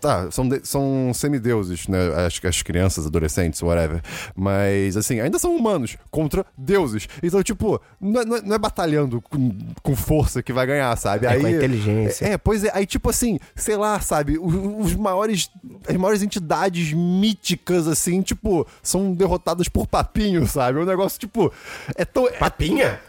Tá, são, de- são semideuses, né? As, as crianças, adolescentes, whatever. Mas, assim, ainda são humanos contra deuses. Então, tipo, não é, não é- não é batalhando com, com força que vai ganhar, sabe?
É com a inteligência.
É, pois é. Aí, tipo assim, sei lá, sabe? Os, os maiores. As maiores entidades míticas, assim, tipo, são derrotadas por papinho, sabe? É um negócio, tipo. É tão.
Papinha?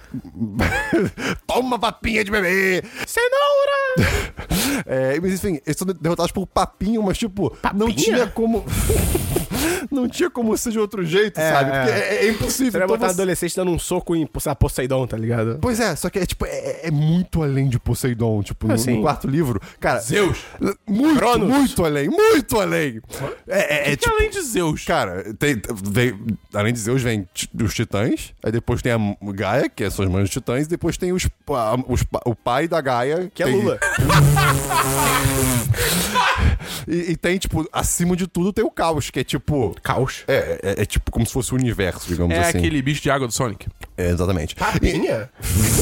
Toma papinha de bebê!
Cenoura!
É, mas enfim, eles são derrotados por papinho, mas, tipo, não
Papinha?
tinha como. não tinha como ser de outro jeito,
É,
sabe? Porque
é.
é, é impossível.
Você vai
Então
botar um
você-
adolescente dando um soco em sei lá, Poseidon, tá ligado?
Pois é, só que é tipo, é, é muito além de Poseidon, tipo, no,
Assim.
no quarto livro. Cara.
Zeus!
Muito,
Cronos.
muito além, muito além! É, é, é,
Que
tipo,
além de Zeus.
Cara, tem, vem- além de Zeus, vem ti- os titãs, aí depois tem a M- Gaia, que é suas mães dos titãs, e depois tem os, pa- os pa- o pai da Gaia,
Que é
tem-
Lula.
E, e tem, tipo, acima de tudo tem o caos, que é tipo.
Caos.
É, é, é tipo como se fosse o universo, digamos
É
assim.
aquele bicho de água do Sonic.
É, exatamente.
Tá, Papinha?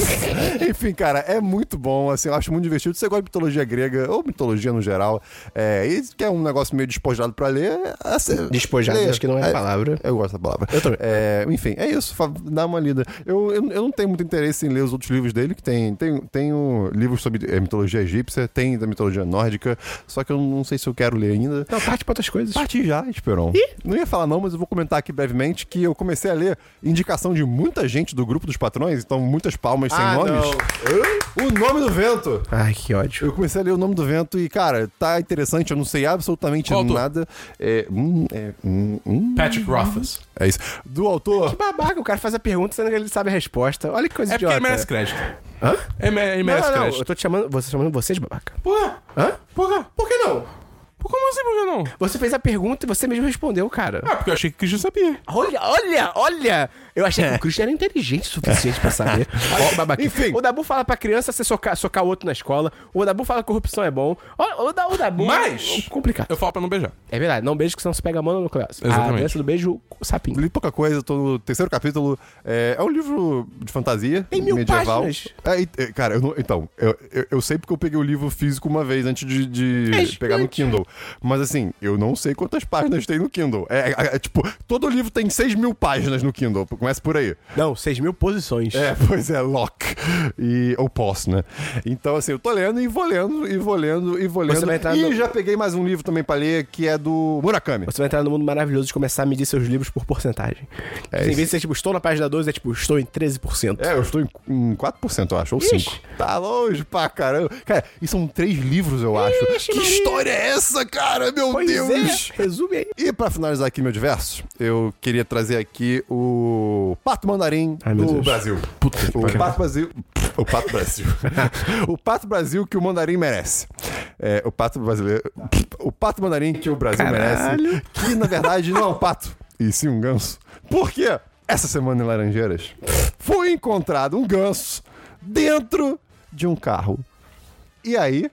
Enfim, cara, é muito bom, assim, eu acho muito divertido. Se você gosta de mitologia grega, ou mitologia no geral, é, e quer um negócio meio despojado pra ler, assim,
Despojado,
lê.
acho que não é a palavra.
Eu gosto da palavra.
Eu também.
É, enfim, é isso. fa- Dá uma lida. Eu, eu, eu não tenho muito interesse em ler os outros livros dele, que tem, tem, tem o- livros sobre eh, mitologia egípcia, tem da mitologia nórdica, só que eu não sei se eu quero ler ainda.
Não, parte pra outras coisas.
Parti já, Esperon. Não ia falar não, mas eu vou comentar aqui brevemente que eu comecei a ler indicação de muita gente do grupo dos patrões, então muitas palmas sem
Ah,
nomes.
não.
O nome do vento!
Ai, que ódio.
Eu comecei a ler o nome do vento e, cara, tá interessante, eu não sei absolutamente
Qual autor?
nada. É, hum, é, hum, hum.
Patrick
Uhum.
Rothfuss.
é isso. Do autor.
Que babaca, o cara faz a pergunta sendo que ele sabe a resposta. Olha que coisa
É porque
idiota.
ele merece crédito.
Hã?
É, me- ele
Não,
merece
não, não,
crédito.
eu tô te chamando, você tá chamando você de babaca.
Por quê?
Hã?
Por quê?
Por que não?
Por- Como assim, por que não?
Você fez a pergunta e você mesmo respondeu, cara.
Ah, porque eu achei que o Christian sabia.
Olha, olha, olha! Eu achei que o Christian era inteligente o suficiente pra saber. Olha que babaca.
Enfim.
O Dabu fala pra criança você socar, socar o outro na escola. O Dabu fala que corrupção é bom. O, o, Da- o Dabu. é
Mas-
Complicado.
Eu falo pra não beijar.
É verdade, não beijo que senão você pega a mão no classe. A
Exatamente.
doença do beijo, o sapinho.
Li pouca coisa, tô no terceiro capítulo. É, é um livro de fantasia.
Tem mil
medieval.
páginas.
É, e- é, cara, eu não- então, eu, eu, eu sei porque eu peguei o livro físico uma vez antes de, de
É gigante.
pegar no Kindle. Mas assim, eu não sei quantas páginas tem no Kindle. É, é, é, tipo, todo livro tem 6 mil páginas no Kindle. Começa por aí.
Não, 6 mil posições.
É, pois é, lock. E, ou posso, né? Então, assim, eu tô lendo e vou lendo, e vou lendo, e vou
Você
lendo.
vai entrar
E
no-
já peguei mais um livro também pra ler, que é do Murakami.
Você vai entrar no mundo maravilhoso de começar a medir seus livros por porcentagem. em vez de ser tipo, estou na página 12, é tipo, estou em 13%.
É, eu estou em em 4%, eu acho, ou 5%.
Ixi.
Tá longe pra caramba. Cara, e são três livros, eu acho.
Ixi,
que
Maria.
história é essa, cara? Meu
Pois
Deus!
é, resume aí.
E pra finalizar aqui meu diverso, eu queria trazer aqui o Pato Mandarim
Ai, meu
do
Deus.
Brasil.
Puta que
O
pariu.
Pato Brasil. O Pato Brasil. o Pato Brasil que o Mandarim merece. É, o pato brasileiro. O pato mandarim que o Brasil merece. Que na verdade não é um pato, e sim um ganso. Por quê? Essa semana em Laranjeiras foi encontrado um ganso dentro de um carro. E aí,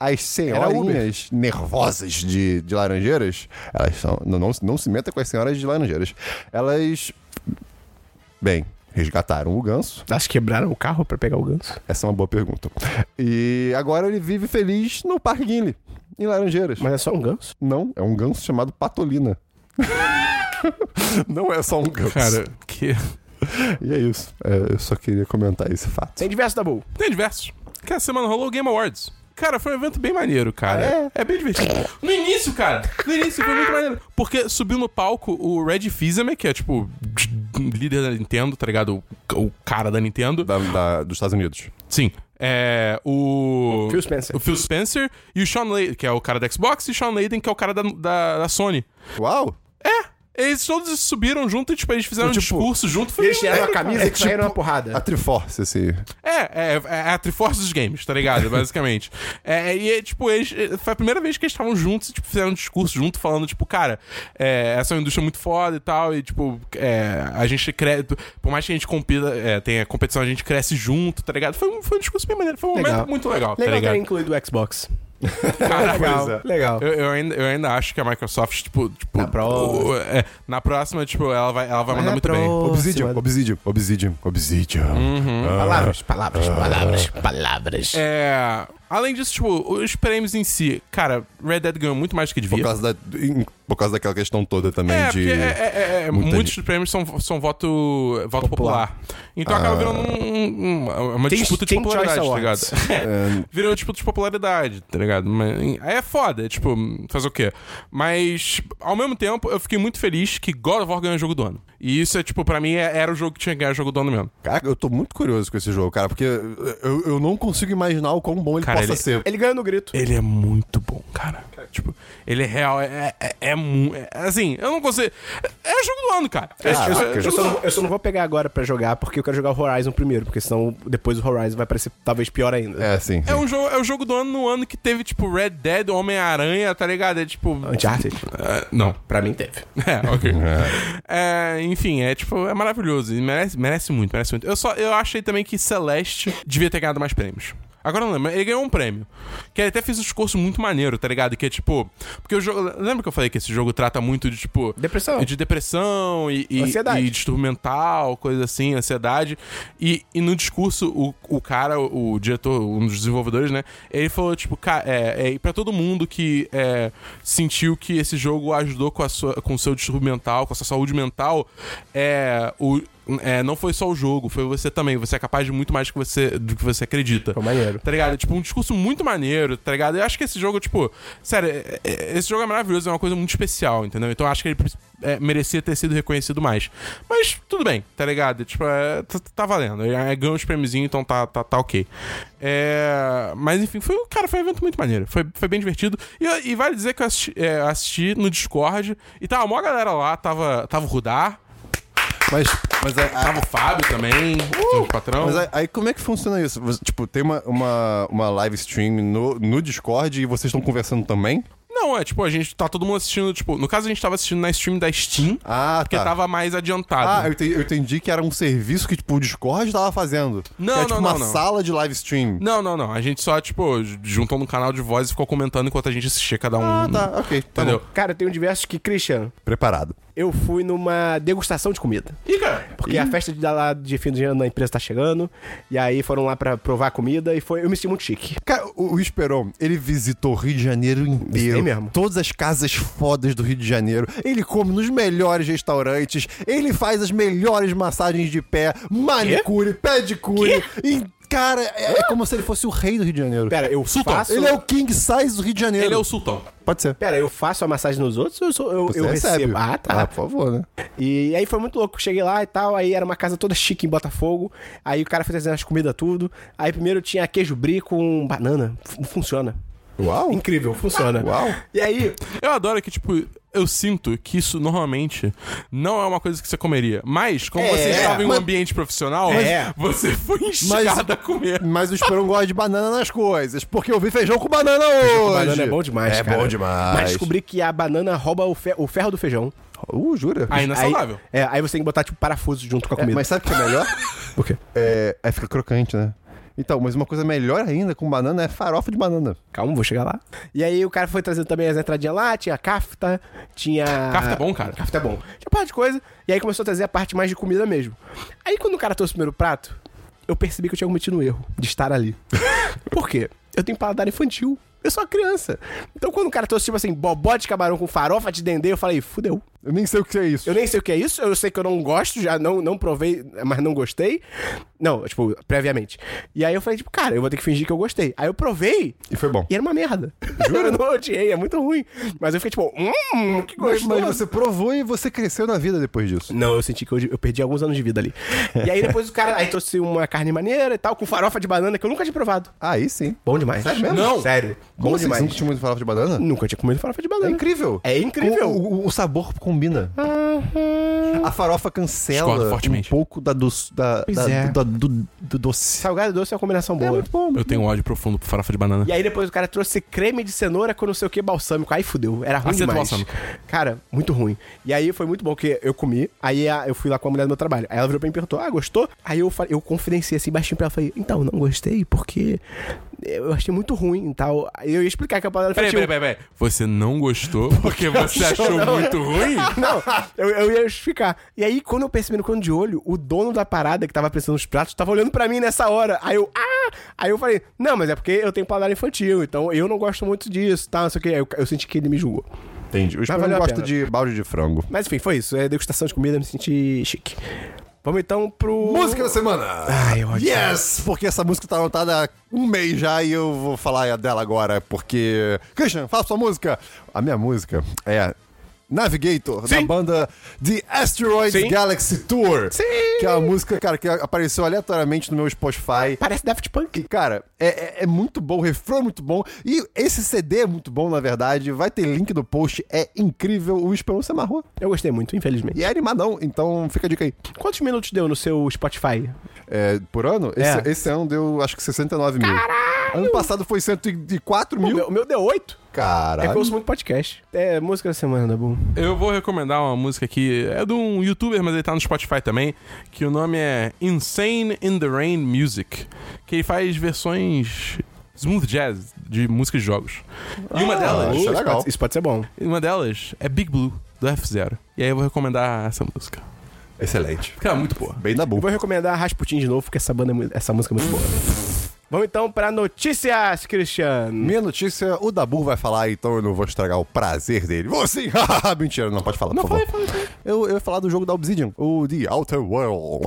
as senhorinhas nervosas de, de Laranjeiras, elas são. Não, não, não se meta com as senhoras de Laranjeiras. Elas. Bem, resgataram o ganso.
Acho que quebraram o carro pra pegar o ganso.
Essa é uma boa pergunta. E agora ele vive feliz no Parque Guinle, em Laranjeiras.
Mas é só um ganso?
Não, é um ganso chamado Patolina. não é só um ganso.
Cara, que.
E é isso. É, eu só queria comentar esse fato.
Tem diverso da Bull.
Tem diversos. Que essa semana rolou o Game Awards. Cara, foi um evento bem maneiro,
Ah,
cara. É, bem divertido. No início, cara, no início foi muito maneiro. Porque subiu no palco o Red Fizeme, que é tipo líder da Nintendo, tá ligado? O, o cara da Nintendo.
Da- da- dos Estados Unidos.
Sim. É. O.
Phil Spencer.
O Phil Spencer e o Sean Layden, que é o cara da Xbox, e o Sean Layden, que é o cara da, da, da Sony.
Uau!
É! Eles todos subiram junto e, tipo, eles fizeram
Tipo,
um discurso junto. Foi
Eles tiraram a camisa
É
e saíram
tipo-
na porrada.
A Triforce, assim.
É, é, é a Triforce dos games, tá ligado? Basicamente. é, e, é, tipo, eles, foi a primeira vez que eles estavam juntos e tipo, fizeram um discurso junto, falando, tipo, cara, é, essa é uma indústria muito foda e tal, e, tipo, é, a gente cresce. Por mais que a gente compita, é, tenha competição, a gente cresce junto, tá ligado? Foi, um- foi um discurso bem maneiro, foi um
Legal.
momento muito legal,
Legal
tá
ter
ligado?
incluído o Xbox.
Cara,
Legal,
é.
legal.
Eu, eu ainda, eu ainda acho que a Microsoft, tipo. tipo
Na próxima.
o- é, na próxima, tipo, ela vai, ela vai
Mas
mandar
na
muito bem.
próxima.
Obsidian, Obsidian, Obsidian, Obsidian.
Uhum.
Ah.
Palavras, palavras, palavras, palavras.
É. Além disso, tipo, os prêmios em si. Cara, Red Dead ganhou muito mais do que devia.
Por causa, da, em- por causa daquela questão toda também
É,
de.
porque é, é, é, é,
muita
muitos prêmios são, são voto, voto popular. Então acaba
Ah.
virando um- um- uma
Tem-
disputa de
tem
popularidade,
Choice
tá ligado?
Awards.
ah,
É, Virou disputa de popularidade, tá ligado? Mas, em- aí é foda, é tipo, fazer o quê? Mas, ao mesmo tempo, eu fiquei muito feliz que God of War ganhou o jogo do ano. E isso é, tipo, pra mim, é- era o jogo que tinha que ganhar o jogo do ano mesmo.
Caraca, eu tô muito curioso com esse jogo, cara, porque eu, eu não consigo imaginar o quão bom ele
Cara,
possa
ele-
ser.
Ele ganhou no grito.
Ele é muito bom, cara. Tipo, ele é real, é, é, é, mu- é- Assim, eu não consigo. É, é jogo do ano, cara. É,
Caraca.
tipo, é
Ah, Eu,
jogo
só
do ano.
não, eu só não vou pegar agora pra jogar, porque eu quero jogar o Horizon primeiro, porque senão depois o Horizon vai parecer talvez pior ainda.
É, sim.
É um jogo, é o jogo do ano no ano que teve, tipo, Red Dead, Homem-Aranha, tá ligado? É tipo.
Uncharted?
É, não.
Pra mim teve.
É, ok. É, enfim, é tipo, é maravilhoso. E merece, merece muito, merece muito. Eu só eu achei também que Celeste devia ter ganhado mais prêmios. Agora eu não lembro, ele ganhou um prêmio. Que ele até fez um discurso muito maneiro, tá ligado? Que é tipo. Porque o jogo. Lembra que eu falei que esse jogo trata muito de, tipo.
Depressão.
De depressão e, e,
Ansiedade.
e distúrbio mental, coisa assim, ansiedade. E, e no discurso, o, o cara, o, o diretor, um dos desenvolvedores, né? Ele falou, tipo, ca- é, é, pra todo mundo que é, sentiu que esse jogo ajudou com, a sua, com o seu distúrbio mental, com a sua saúde mental, é, o, é, não foi só o jogo, foi você também. Você é capaz de muito mais do que você, do que você acredita.
Foi maneiro.
Tá ligado? Tipo, um discurso muito maneiro, tá ligado? Eu acho que esse jogo, tipo, sério, é- é- esse jogo é maravilhoso, é uma coisa muito especial, entendeu? Então eu acho que ele é, merecia ter sido reconhecido mais. Mas tudo bem, tá ligado? Tipo, é, tá, tá valendo. É, é, ganhou os prêmiozinhos, então tá, tá, tá ok. É, mas enfim, foi, cara, foi um evento muito maneiro. Foi, foi bem divertido. E, eu- e vale dizer que eu assisti, é, eu assisti no Discord e tava a maior galera lá, tava, tava o Rudar,
Mas, mas, é- a-
tava o Fábio também, o patrão.
mas é- aí como é que funciona isso? Você, tipo, tem uma, uma, uma live stream no, no Discord e vocês estão conversando também?
Não, é tipo, a gente tá todo mundo assistindo, tipo, no caso a gente tava assistindo na stream da Steam,
Ah,
porque
tá.
tava mais
Ah,
adiantado.
eu entendi, eu entendi que era um serviço que, tipo, o Discord tava fazendo.
Não,
que era, tipo,
não, não,
uma
não.
sala de live stream.
Não, não, não. A gente só, tipo, j- juntou no canal de voz e ficou comentando enquanto a gente assistia cada um.
Ah, tá, ok. Tá
Entendeu?
bom.
Cara, eu tenho diversos que, Christian,
Preparado.
eu fui numa degustação de comida.
Ih, cara.
Porque a festa de, lá de fim de ano da empresa tá chegando, e aí foram lá pra provar a comida, e foi, eu me senti muito chique.
Cara, o o Esperon, ele visitou o Rio de Janeiro inteiro.
Visitei mesmo.
Todas as casas fodas do Rio de Janeiro. Ele come nos melhores restaurantes. Ele faz as melhores massagens de pé, manicure, pedicure. E, cara, é, é como se ele fosse o rei do Rio de Janeiro.
Pera, eu
Sultão,
faço...
Ele é o king size do Rio de Janeiro.
Ele é o Sultão.
Pode ser.
Pera, eu faço a massagem nos outros ou eu, sou- eu,
Você
eu
recebe.
recebo? Ah, tá.
Ah, por favor, né?
E aí foi muito louco. Cheguei lá e tal, aí era uma casa toda chique em Botafogo. Aí o cara foi trazendo as comidas tudo. Aí primeiro tinha queijo brie com banana. F- Funciona.
Uau.
Incrível, funciona.
Uau.
E aí,
Eu adoro que, tipo, eu sinto que isso normalmente não é uma coisa que você comeria. Mas, como
É,
você estava em um
mas-
ambiente profissional,
É.
você foi instigado a comer.
Mas o Esperão gosta de banana nas coisas, porque eu vi feijão com banana hoje.
banana é bom demais,
É
cara.
bom demais.
Mas descobri que a banana rouba o, fe- o ferro do feijão.
Uh, jura?
Ainda é
Aí-
saudável.
É, aí você tem que botar, tipo, parafuso junto com a
É,
comida.
mas sabe o que é melhor?
Por quê?
É, aí fica crocante, né? Então, mas uma coisa melhor ainda com banana é farofa de banana.
Calma, vou chegar lá. E aí o cara foi trazendo também as entradinhas lá, tinha cafta, tinha...
Kafta é bom, cara.
Cafta é bom. Tinha parte de coisa, e aí começou a trazer a parte mais de comida mesmo. Aí quando o cara trouxe o primeiro prato, eu percebi que eu tinha cometido um erro de estar ali. Por quê? Eu tenho paladar infantil. Eu sou uma criança. Então quando o cara trouxe, tipo assim, bobó de camarão com farofa de dendê, eu falei, fudeu.
Eu nem sei o que é isso.
Eu nem sei o que é isso, eu sei que eu não gosto, já não, não provei, mas não gostei. Não, tipo, previamente. E aí eu falei, tipo, cara, eu vou ter que fingir que eu gostei. Aí eu provei,
E foi bom.
e era uma merda. Eu não odiei, é muito ruim. Mas eu fiquei tipo, hum, que
Mas,
gostoso.
você provou e você cresceu na vida depois disso.
Não, eu senti que eu, eu perdi alguns anos de vida ali. E aí depois o cara aí trouxe uma carne maneira e tal, com farofa de banana que eu nunca tinha provado.
Aí sim.
Bom demais.
Sério mesmo?
Não.
Sério. Bom
Como assim? Você
demais.
nunca tinha muito farofa de banana?
Nunca tinha comido farofa de
É
banana.
incrível.
É incrível.
O, o- o sabor combina. A farofa
Discordo
cancela um
fortemente.
pouco da, doce- da,
Pois
da-
é.
da- do, do doce.
Salgado e doce é uma combinação boa.
bom.
Eu tenho ódio profundo por farofa de banana.
E aí depois o cara trouxe creme de cenoura com não sei o que balsâmico. Aí fudeu, era ruim
Aceto
demais.
balsâmico.
Cara, muito ruim. E aí foi muito bom que eu comi, aí a- eu fui lá com a mulher do meu trabalho. Aí ela virou pra mim e perguntou, ah, gostou? Aí eu, falei, eu confidenciei assim baixinho pra ela, falei, então, não gostei porque eu achei muito ruim e tal. Aí eu ia explicar que a palavra
Peraí,
infantil.
peraí, peraí, peraí. Você não gostou porque você achou muito ruim?
Não, eu, eu ia justificar. E aí, quando eu percebi no canto de olho, o dono da parada que tava prestando os pratos tava olhando pra mim nessa hora. Aí eu, ah! Aí eu falei, não, mas é porque eu tenho paladar infantil, então eu não gosto muito disso, tá? Não sei o que. Eu, eu senti que ele me julgou.
Entendi. Eu
valeu
não
a
gosto
pena.
de balde de frango.
Mas enfim, foi isso. É degustação de comida, eu me senti chique. Vamos então pro.
Música da semana!
Ai, eu odeio.
Yes! Porque essa música tá anotada há um mês já e eu vou falar dela agora, porque. Christian, fala sua música! A minha música é. Navigator, da
Sim.
banda The Asteroids
Sim.
Galaxy Tour.
Sim.
Que é uma música, cara, que apareceu aleatoriamente no meu Spotify.
Parece Daft Punk.
Cara, é, é- é muito bom, o refrão é muito bom. E esse CD é muito bom, na verdade. Vai ter link no post, é incrível. O Esperão se amarrou.
Eu gostei muito, infelizmente.
E é animadão, então fica a dica aí.
Quantos minutos deu no seu Spotify?
É, por ano?
É.
Esse, esse ano deu, acho que 69 mil. Caralho! Ano passado foi 104
O
mil.
meu, o meu deu oito. É que eu
Caralho.
ouço muito podcast. É música da semana, da Boom.
Eu vou recomendar uma música que é de um youtuber, mas ele tá no Spotify também, que o nome é Insane in the Rain Music, que ele faz versões smooth jazz de músicas de jogos. E uma
Ah,
delas,
isso é
pode-
legal.
isso pode ser bom.
uma delas é Big Blue do F0. E aí eu vou recomendar essa música.
Excelente.
Porque ela é muito boa.
Bem na
Eu
boa.
Vou recomendar Rasputin de novo, porque essa, banda, é mu- essa música é muito boa. Vamos então pra notícias, Christian.
Minha notícia, o Dabu vai falar, então eu não vou estragar o prazer dele. Vou sim! Mentira, não pode falar, por favor. Eu, eu ia falar do jogo da Obsidian, o The Outer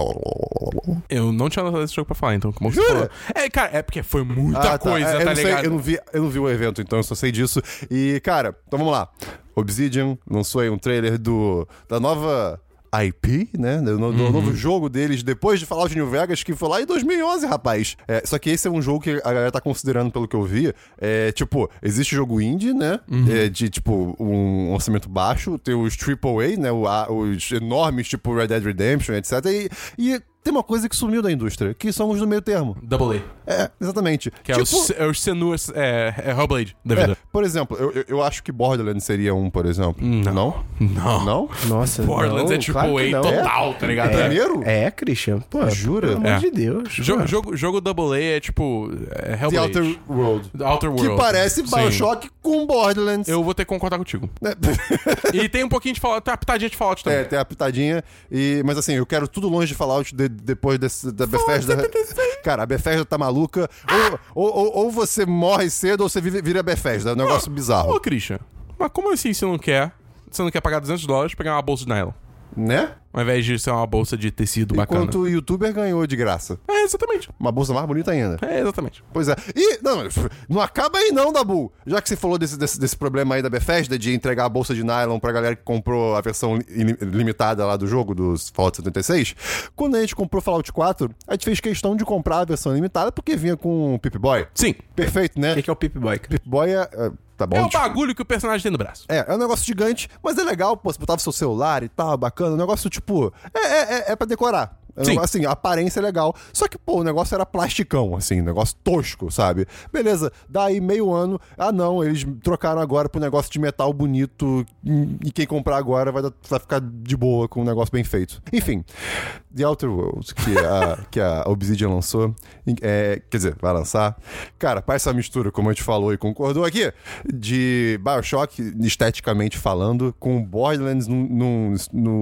World.
Eu não tinha notado esse jogo pra falar, então, como você
Jura?
falou. É, cara, é porque foi muita
Ah,
coisa,
É,
tá
eu não sei,
ligado?
eu, não vi, eu não vi o evento, então eu só sei disso. E, cara, então vamos lá. Obsidian lançou aí um trailer do, da nova IP, né? Do, no-
Uhum.
do novo jogo deles, depois de falar de New Vegas, que foi lá em 2011, rapaz. É, só que esse é um jogo que a galera tá considerando, pelo que eu vi. É, tipo, existe jogo indie, né?
Uhum.
É, de, tipo, um orçamento baixo. Tem os AAA, né? O- a- os enormes, tipo Red Dead Redemption, etc. E... e tem uma coisa que sumiu da indústria, que são os do meio termo.
Double A.
É, exatamente. Tipo,
Que é o, C- é o Senua, é, é Hellblade da
É,
vida.
por exemplo, eu, eu, eu acho que Borderlands seria um, por exemplo. Não?
Não.
Não?
Nossa,
Borderlands é
tipo
tipo A total, tá ligado? É.
Primeiro?
É, Christian. Pô,
Jura?
Pelo amor
É.
de Deus.
Jogo,
Pô.
jogo, jogo Double A é tipo. É
Tipo, The
Hellblade.
Outer World.
The Outer World.
Que parece
Sim.
Bioshock com Borderlands.
Eu vou ter que concordar contigo.
É,
E tem um pouquinho de Fallout, tem uma pitadinha de Fallout também.
é, tem a pitadinha. E, mas assim, eu quero tudo longe de Fallout de- depois desse, da Bethesda. Cara, a Bethesda tá maluca. Ou, ou, ou, ou você morre cedo ou você vive- vira Bethesda. É um negócio
Ô,
bizarro.
Christian, mas como assim você não quer? Você não quer pagar 200 dólares pra pegar uma bolsa de nylon?
né?
Ao invés de ser uma bolsa de tecido bacana.
Enquanto o youtuber ganhou de graça.
É, exatamente.
Uma bolsa mais bonita ainda.
É, exatamente.
Pois é. E, não, mas não acaba aí não, Dabu. Já que você falou desse, desse, desse problema aí da Bethesda de entregar a bolsa de nylon pra galera que comprou a versão ili- limitada lá do jogo, dos Fallout 76, quando a gente comprou Fallout 4, a gente fez questão de comprar a versão limitada porque vinha com o Pip-Boy.
Sim.
Perfeito,
O
né?
que, que é o Pip-Boy, cara?
Pip-Boy é... é, Tá bom,
É o
tipo,
bagulho que o personagem tem no braço.
é, é um negócio gigante, mas é legal, pô, você botava seu celular e tal, bacana. Um negócio, tipo, é, é, é, é pra decorar. É um
Sim.
negócio, assim, a aparência é legal. Só que, pô, o negócio era plasticão, assim, um negócio tosco, sabe? Beleza, daí meio ano, ah não, eles trocaram agora pro negócio de metal bonito hum, e e quem comprar agora vai, dar- vai ficar de boa com um negócio bem feito. Enfim, The Outer Worlds, que é a, que a Obsidian lançou, em- é, quer dizer, vai lançar. Cara, faz essa mistura, como a gente falou e concordou aqui, de Bioshock, esteticamente falando, com Borderlands num- num-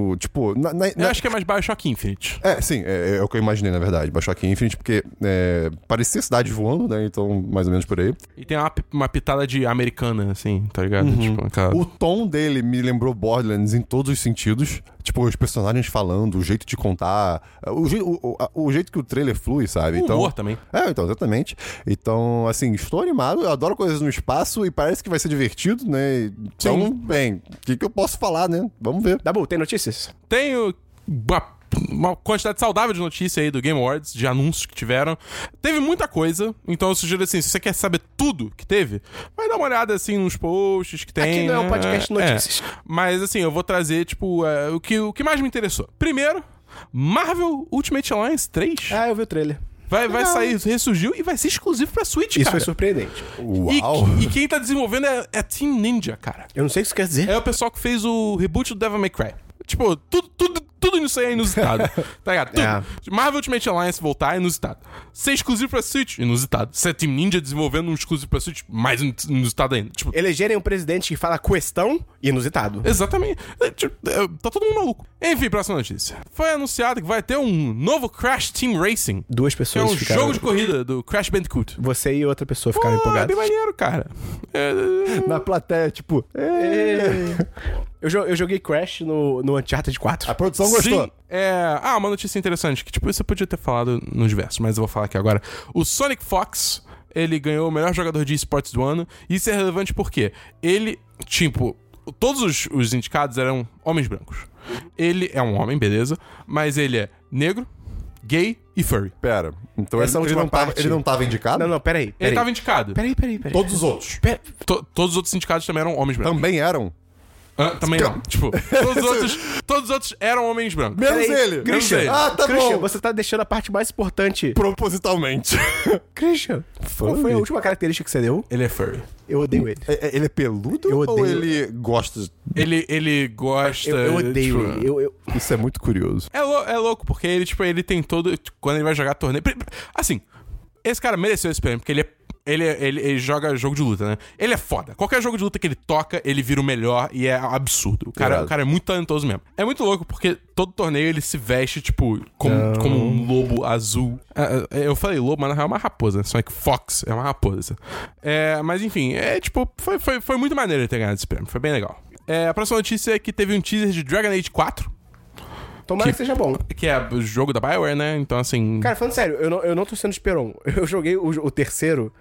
no, tipo, na- na-
Eu
na-
acho que é mais Bioshock Infinite.
é, sim, é, é o que eu imaginei, na verdade. Bioshock Infinite, porque é, parecia cidade voando, né? Então, mais ou menos por aí.
E tem uma, uma pitada de americana, assim, tá ligado?
Uhum.
Tipo, aquela...
O tom dele me lembrou Borderlands em todos os sentidos. Tipo, os personagens falando, o jeito de contar, o, jei- o- o- a- o jeito que o trailer flui, sabe?
O
Então,
humor também.
É, então, exatamente. Então, assim, estou animado, eu adoro coisas no espaço e parece que vai ser divertido, né? Então, bem, o que, que eu posso falar, né? Vamos ver.
Dabu, tem notícias?
Tenho uma, uma quantidade saudável de notícia aí do Game Awards, de anúncios que tiveram. Teve muita coisa, então eu sugiro assim, se você quer saber tudo que teve, vai dar uma olhada assim nos posts que tem.
Aqui não é um
né?
podcast de
É.
notícias.
Mas assim, eu vou trazer, tipo, é, o, que, o que mais me interessou. Primeiro, Marvel Ultimate Alliance 3
Ah, eu vi o trailer.
vai, vai sair, ressurgiu e vai ser exclusivo pra Switch,
Isso
cara.
foi surpreendente.
Uau!
E, e quem tá desenvolvendo é, é Team Ninja, cara.
Eu não sei o que isso quer dizer.
É o pessoal que fez o reboot do Devil May Cry. Tipo, tudo, tudo, tudo nisso aí é inusitado. tá ligado? Tudo.
É.
Marvel Ultimate Alliance voltar é inusitado. Ser exclusivo pra Switch, inusitado. Ser Team Ninja desenvolvendo um exclusivo pra Switch, mais inus- inusitado ainda. Tipo,
Elegerem um presidente que fala questão inusitado.
exatamente. É, tipo, é, Tá todo mundo maluco. Enfim, próxima notícia. Foi anunciado que vai ter um novo Crash Team Racing.
Duas
Que é
pessoas
um
ficaram...
jogo de corrida do Crash Bandicoot.
Você e outra pessoa ficaram
Ah, é bem
empolgadas.
maneiro, cara. É,
Na plateia, tipo, "Ê".
Eu, jo- eu joguei Crash no, no Uncharted 4.
a produção gostou.
Sim, é... Ah, uma notícia interessante, que tipo, isso eu podia ter falado nos versos, mas eu vou falar aqui agora. O Sonic Fox, ele ganhou o melhor jogador de esportes do ano, e isso é relevante porque ele, tipo, todos os, os indicados eram homens brancos. Ele é um homem, beleza, mas ele é negro, gay e furry.
Pera, então
Essa
ele, ele
última
não tava,
parte-
ele não tava indicado?
Não, não, peraí.
Ele
peraí.
tava indicado.
Peraí, peraí, peraí.
Todos os outros.
Pera-
To- todos os outros indicados também eram homens brancos.
Também eram.
Ah, também não. Tipo, todos os, outros, todos os outros eram homens brancos.
Menos
Peraí,
ele.
Christian.
Menos ele. Ah, tá
Christian,
bom.
você tá deixando a parte mais importante.
Propositalmente.
Christian, qual foi a
Furry?
última característica que você deu?
Ele é furry.
Eu odeio ele.
É- é- ele é peludo
Eu
ou
odeio-
ele gosta? de-
Ele, ele gosta...
Eu, eu odeio
tipo,
ele. Eu, eu-
Isso é muito curioso.
É, lou- é louco, porque ele, tipo, ele tem todo. Quando ele vai jogar torneio. pri- pri- Assim, esse cara mereceu esse prêmio, porque ele é. Ele, é- ele, ele joga jogo de luta, né? Ele é foda. Qualquer jogo de luta que ele toca, ele vira o melhor e é absurdo. O cara,
Irado.
o cara é muito talentoso mesmo. É muito louco porque todo torneio ele se veste, tipo, como, como um lobo azul. Ah, ah, Eu falei lobo, mas na real é uma raposa. né? Só que Fox é uma raposa. É, mas enfim, é tipo, foi, foi, foi muito maneiro ele ter ganhado esse prêmio. Foi bem legal. É, a próxima notícia é que teve um teaser de Dragon Age 4.
tomara que...
Que-
seja bom.
Que é o jogo da Bioware, né? Então, assim.
Cara, falando sério, eu não, eu não tô sendo esperon. Eu joguei o, o terceiro.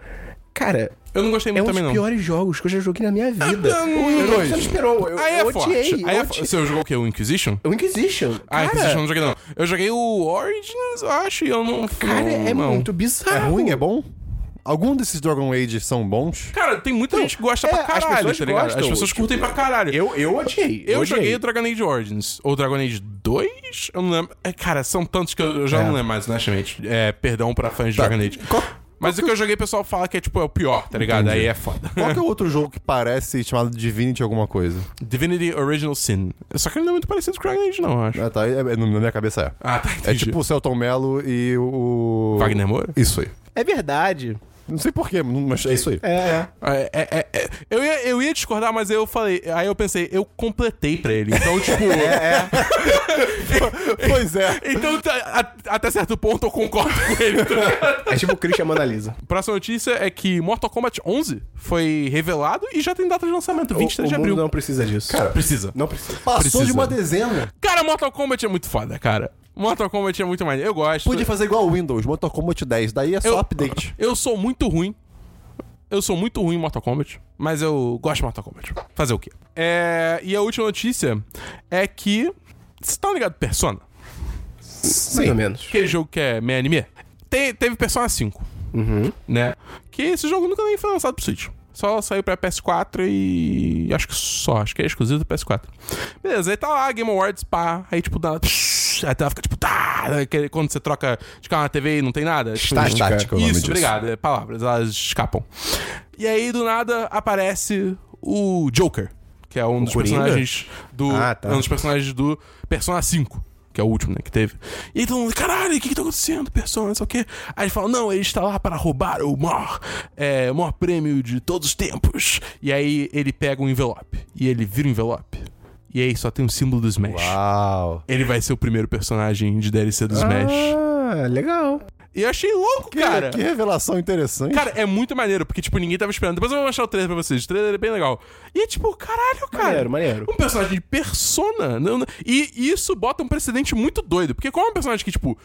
Cara,
eu não gostei
é
muito
um dos
também, não.
piores jogos que eu já joguei na minha vida.
Ah, não,
eu não tô
dois.
sendo esperon. Eu,
Aí é
eu
forte.
odiei.
Aí
eu
é forte.
odiei.
Você jogou o quê? O Inquisition?
O Inquisition.
Ah, Inquisition eu
Cara,
não joguei, não. Eu joguei o Origins, eu acho, e eu não.
cara
não,
é
não.
muito bizarro.
É ruim? É bom? Algum desses Dragon Age são bons?
Cara, tem muita gente que gosta
é,
pra
as
caralho,
pessoas
tá ligado? as
gostam,
pessoas
tipo,
curtem pra caralho.
Eu, eu odiei.
Eu
odiei.
joguei o Dragon Age Origins. Ou Dragon Age 2? Eu não lembro. É, cara, são tantos que eu eu
É.
já não lembro mais, honestamente. É, perdão pra fãs de
Tá.
Dragon Age. Mas o que eu joguei, o pessoal fala que é tipo, é o pior, tá ligado? Aí é foda.
Qual que é o outro jogo que parece chamado Divinity alguma coisa?
Divinity Original Sin. Só que ele não é muito parecido com o Dragon Age, não, eu acho.
Ah, tá. é- é- na minha cabeça é.
Ah, tá,
É
entendi.
tipo o Celton Mello e o...
Wagner Moura?
Isso aí.
É verdade.
Não sei porquê, mas é isso aí.
É, é.
É, é, é, é. Eu, ia, eu ia discordar, mas eu falei. Aí eu pensei, eu completei pra ele. Então, tipo.
É, Pois é.
Então, tá- a- até certo ponto, eu concordo com ele.
É tipo o Christian Mona Lisa.
Próxima notícia é que Mortal Kombat 11 foi revelado e já tem data de lançamento,
O, o
23 de
mundo
abril.
não precisa disso.
Cara,
Precisa.
não precisa.
passou
precisa.
de uma dezena.
Cara, Mortal Kombat é muito foda, cara. Mortal Kombat é muito mais. Eu gosto.
Podia fazer igual o Windows, Mortal Kombat 10. Daí é só
Eu-
update.
Eu sou muito ruim. Eu sou muito ruim em Mortal Kombat, mas eu gosto de Mortal Kombat. Fazer o quê? É, E a última notícia é que. Vocês estão ligados Persona?
Mais ou menos.
Aquele jogo que é meio anime? Te- teve Persona 5,
Uhum.
né? Que esse jogo nunca nem foi lançado pro Switch. Só saiu pra PS4 e. Acho que só, acho que é exclusivo do PS4. Beleza, aí tá lá, Game Awards, pá. Aí tipo, dá. Aí ela fica tipo. Tá, aquele- quando você troca de canal na TV e não tem nada. Tipo,
Estática.
Estática, o nome
Isso,
disso.
obrigado. É, palavras, elas escapam. E aí, do nada, aparece o Joker, que é um dos
Coringa?
personagens do.
Ah, tá.
é Um dos personagens do Persona 5. Que é o último, né, que teve. E aí todo mundo, caralho, o que que tá acontecendo, Persona, não sei o quê. Aí ele fala, não, ele está lá para roubar o maior, é, o maior prêmio de todos os tempos. E aí ele pega um envelope. E ele vira o envelope. E aí só tem o símbolo do Smash.
Uau.
Ele vai ser o primeiro personagem de DLC do Smash.
Ah, legal.
E eu achei louco,
Que, é
cara.
que revelação interessante.
Cara, é muito maneiro, porque, tipo, ninguém tava esperando. Depois eu vou mostrar o trailer pra vocês. O trailer é bem legal. E é tipo, caralho, cara.
Maneiro, maneiro.
Um personagem de persona. Não, não- E isso bota um precedente muito doido. Porque como é um personagem que, tipo,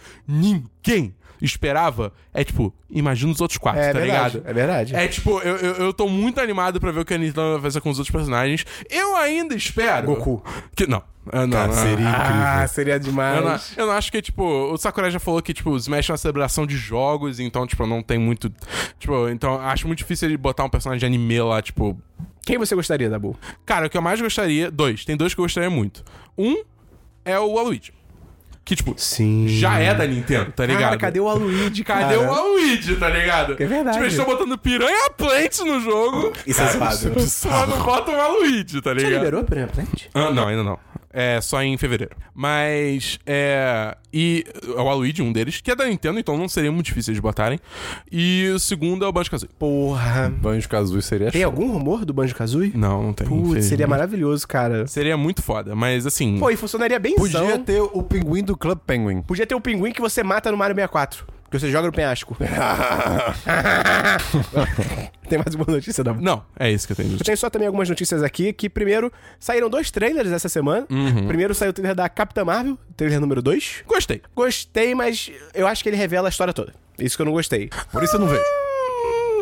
ninguém esperava, é tipo, imagina os outros quatro,
É
tá
verdade.
ligado?
É verdade.
É tipo, eu, eu, eu tô muito animado pra ver o que a Nintendo vai fazer com os outros personagens. Eu ainda espero.
Goku.
Que, não. Ah, não, não.
seria
Ah, seria
Eu não,
demais.
eu não acho que, tipo, o Sakurai já falou que, tipo, o Smash é uma celebração de jogos, então, tipo, não tem muito. Tipo, então, acho muito difícil ele botar um personagem de anime lá, tipo.
Quem você gostaria, Dabu?
Cara, o que eu mais gostaria. Dois, tem dois que eu gostaria muito. Um é o Waluigi. Que, tipo,
Sim.
já é da Nintendo, tá ligado?
Cara, cadê o Aluigi, cara?
Cadê o Waluigi, tá ligado?
É verdade.
Tipo, eles estão botando piranha plant no jogo.
Isso é safado.
Só não bota o Waluigi, tá
Já
ligado?
liberou a primeira frente?
Ah, não, ainda não. É só em fevereiro. Mas, é. E é o Aluigi, um deles, que é da Nintendo, então não seria muito difícil eles botarem. E o segundo é o Banjo Kazooie.
Porra.
Banjo Kazooie seria
Tem algum rumor do Banjo-Kazooie?
Não, não tem.
Putz,
infelizmente.
seria maravilhoso, cara.
Seria muito foda, mas assim.
Pô, e funcionaria bem
Podia
são.
ter o pinguim do Club Penguin.
Podia ter o pinguim que você mata no Mario 64. Que você joga no penhasco. Tem mais uma notícia, Dabu?
Não, é isso que eu tenho.
Eu tenho só também algumas notícias aqui, que primeiro saíram dois trailers essa semana. Primeiro saiu o trailer da Capitã Marvel, trailer número 2.
Gostei.
Gostei, mas eu acho que ele revela a história toda. Isso que eu não gostei.
Por isso eu não vejo.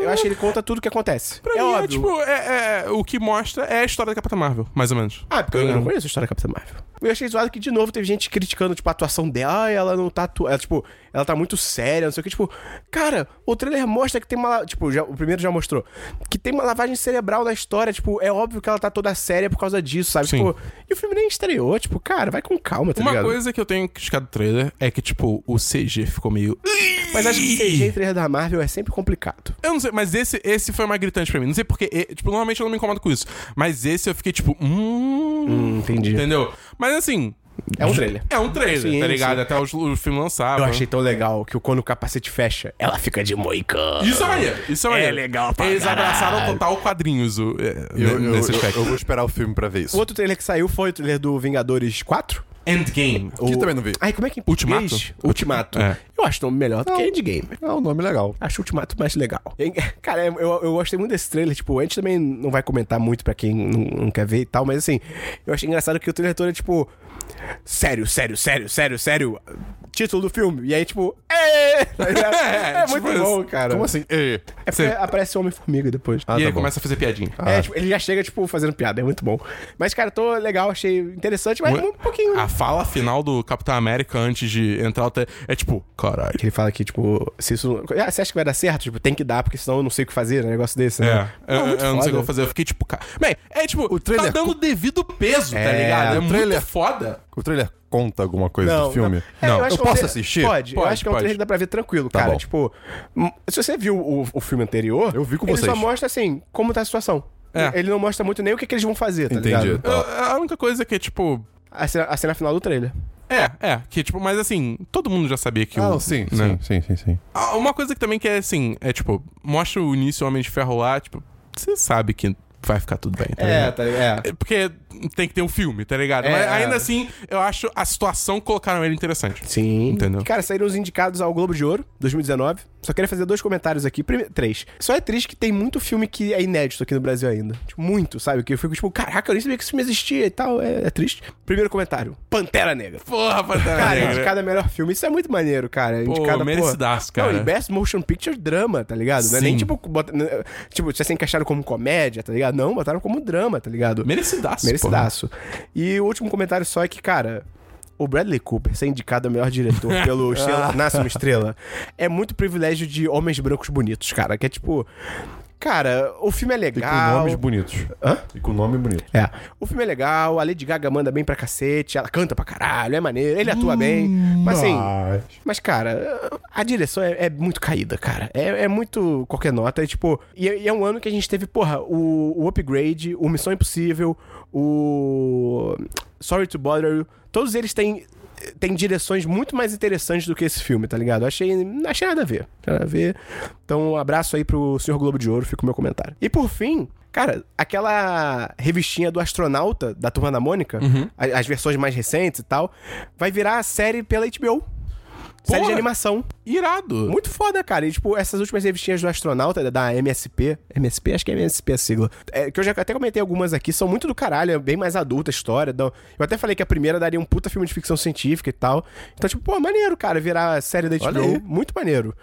Eu acho que ele conta tudo o que acontece.
Hum, Pra
é
mim,
óbvio.
é tipo, é, é- o que mostra é a história da Capitã Marvel, mais ou menos.
Ah, porque eu
É.
não conheço a história da Capitã Marvel. E Eu achei zoado que, de novo, teve gente criticando, tipo, a atuação dela. Ah, ela não tá... atu- Ela, tipo, ela tá muito séria, não sei o que. Tipo, cara, o trailer mostra que tem uma... la- Tipo, já- o primeiro já mostrou. Que tem uma lavagem cerebral na história. Tipo, é óbvio que ela tá toda séria por causa disso, sabe?
Sim.
Tipo, e o filme nem estreou. Tipo, cara, vai com calma, tá
Uma
ligado?
coisa que eu tenho criticado do trailer é que, tipo, o CG ficou meio.
Mas acho que CG e trailer da Marvel é sempre complicado.
Eu não sei, mas esse, esse foi uma gritante pra mim. Não sei porque. e- Tipo, normalmente eu não me incomodo com isso. Mas esse eu fiquei tipo. Hum,
entendi.
Entendeu? Mas assim.
É um trailer.
É um trailer,
Sim,
tá ligado?
sim.
Até os- o, filme lançar.
Eu
pá.
achei tão legal que quando o capacete fecha, ela fica de moicano.
Isso é maneiro. Isso é maneiro.
Ah, legal pra
Eles
caralho.
abraçaram total quadrinhos o, é,
Eu, eu-
nesse
eu-
aspecto.
eu vou esperar o filme pra ver isso.
O outro trailer que saiu foi o trailer do Vingadores 4.
Endgame.
Que
O-
também não vi.
Ai, como é que é em
Ultimato?
português? Ultimato.
É.
Eu acho o nome melhor do que
Não.
Endgame.
É um nome legal.
Acho o Ultimato mais legal. E, É, Cara, eu, eu gostei muito desse trailer. Tipo, a gente também não vai comentar muito pra quem não, não quer ver e tal, mas assim, eu achei engraçado que o trailer todo é tipo. Sério, sério, sério, sério, sério. Título do filme. E aí, tipo. É, é,
É,
muito
tipo
bom,
isso.
cara.
Como assim? É.
É porque
Você-
aparece o Homem-Formiga depois.
Ah,
e
tá
ele
bom.
começa a fazer piadinha.
É, tipo, ele já chega, tipo, fazendo piada, é muito bom. Mas, cara, tô legal, achei interessante, mas
Ué,
um pouquinho.
A fala final do Capitão América antes de entrar até. É tipo, caralho.
Que ele fala que, tipo, se isso. Ah, você acha que vai dar certo? Tipo, tem que dar, porque senão eu não sei o que fazer, né? Um negócio desse,
É,
né?
eu,
Pô,
eu
muito
não sei o que eu
foda.
vou fazer. Eu fiquei tipo, cara. Bem, é tipo, tá
trailer-
dando o devido peso, tá
É,
ligado? É
o trailer-
muito foda.
O trailer conta alguma coisa
Não,
do filme?
Não,
Não,
eu, acho
eu
que é um
posso
tre-
assistir?
Pode, eu
Pode,
acho que é um
pode. Tá
trailer que dá pra ver tranquilo, cara.
bom.
Tipo, hum, se você viu o, o filme anterior,
Eu vi com
ele
vocês.
só mostra, assim, como tá a situação.
É.
Ele não mostra muito nem o que, que eles vão fazer, tá
Entendi.
ligado?
Tá.
Eu- a única coisa que é tipo.
A cena, a cena final do trailer.
É, é. Que, tipo, mas assim, todo mundo já sabia que
Ah,
o.
sim,
né?
sim, sim, sim, sim.
Ah, Uma coisa que também que é assim, é tipo, mostra o início o Homem de Ferro lá, tipo, você sabe que vai ficar tudo bem, tá ligado?
É, tá ligado? É.
É Porque tem que ter um filme, tá ligado?
É,
Mas
é.
ainda assim, eu acho a situação que colocaram ele interessante.
Sim.
Entendeu?
Cara, saíram os indicados ao Globo de Ouro, 2019. Só queria fazer dois comentários aqui. Prime... Três. Só é triste que tem muito filme que é inédito aqui no Brasil ainda. Tipo, muito, sabe? Que eu fico tipo, caraca, eu nem sabia que esse filme existia e tal. É, é triste. Primeiro comentário. Pantera Negra.
Porra, Pantera
Cara,
Negra.
indicado a melhor filme. Isso é muito maneiro, cara.
Pô,
Indicado,
merecidaço,
Não,
cara.
e Best Motion Picture Drama, tá ligado? Não é
Sim.
nem tipo... Bota... n- Tipo, tinha se encaixaram como comédia, tá ligado? Não, botaram como drama, tá ligado?
Merecidaço.
Merecidaço. E o último comentário só é que, cara, o Bradley Cooper ser indicado ao melhor diretor pelo Estrela, Nasce uma Estrela é muito privilégio de homens brancos bonitos, cara. Que é tipo. Cara, o filme é
E com
legal.
nomes bonitos.
Hã?
E com nome bonito.
É. O filme é legal, a Lady Gaga manda bem pra cacete, ela canta pra caralho, é maneiro, ele atua bem. Mas assim. Mas, cara, a direção é, é muito caída, cara. É, é muito qualquer nota. É tipo. E é, e é um ano que a gente teve, porra, o, o Upgrade, o Missão Impossível, o. Sorry to Bother You. Todos eles têm. têm direções muito mais interessantes do que esse filme, tá ligado? Eu Achei, não achei nada a ver. Nada a ver. Então, um abraço aí pro Senhor Globo de Ouro, fica o meu comentário. E por fim, Cara, aquela revistinha do astronauta da Turma da Mônica, a- as versões mais recentes e tal, vai virar a série pela HBO. Série de
Porra!
animação.
Irado.
Muito foda, cara. E, tipo, essas últimas revistinhas do astronauta, da MSP. MSP? Acho que é MSP a sigla. É, que eu já até comentei algumas aqui, são muito do caralho, é bem mais adulta a história. Então, eu até falei que a primeira daria um puta filme de ficção científica e tal. Então, tipo, pô, maneiro, cara, virar a série da HBO.
Olha aí.
Muito maneiro.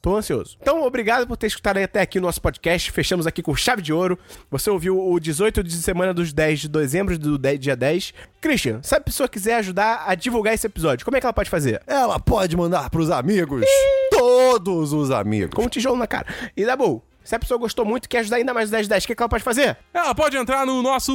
Tô ansioso. Então, obrigado por ter escutado aí até aqui o nosso podcast. Fechamos aqui com chave de ouro. Você ouviu o 18 de semana dos 10 de dezembro do 10 dia 10. Christian, se a pessoa quiser ajudar a divulgar esse episódio, como é que ela pode fazer?
Ela pode mandar pros amigos. Todos os amigos.
com um tijolo na cara. E da boa. Se a pessoa gostou muito e quer ajudar ainda mais o 10 10, o que, que ela pode fazer?
Ela pode entrar no nosso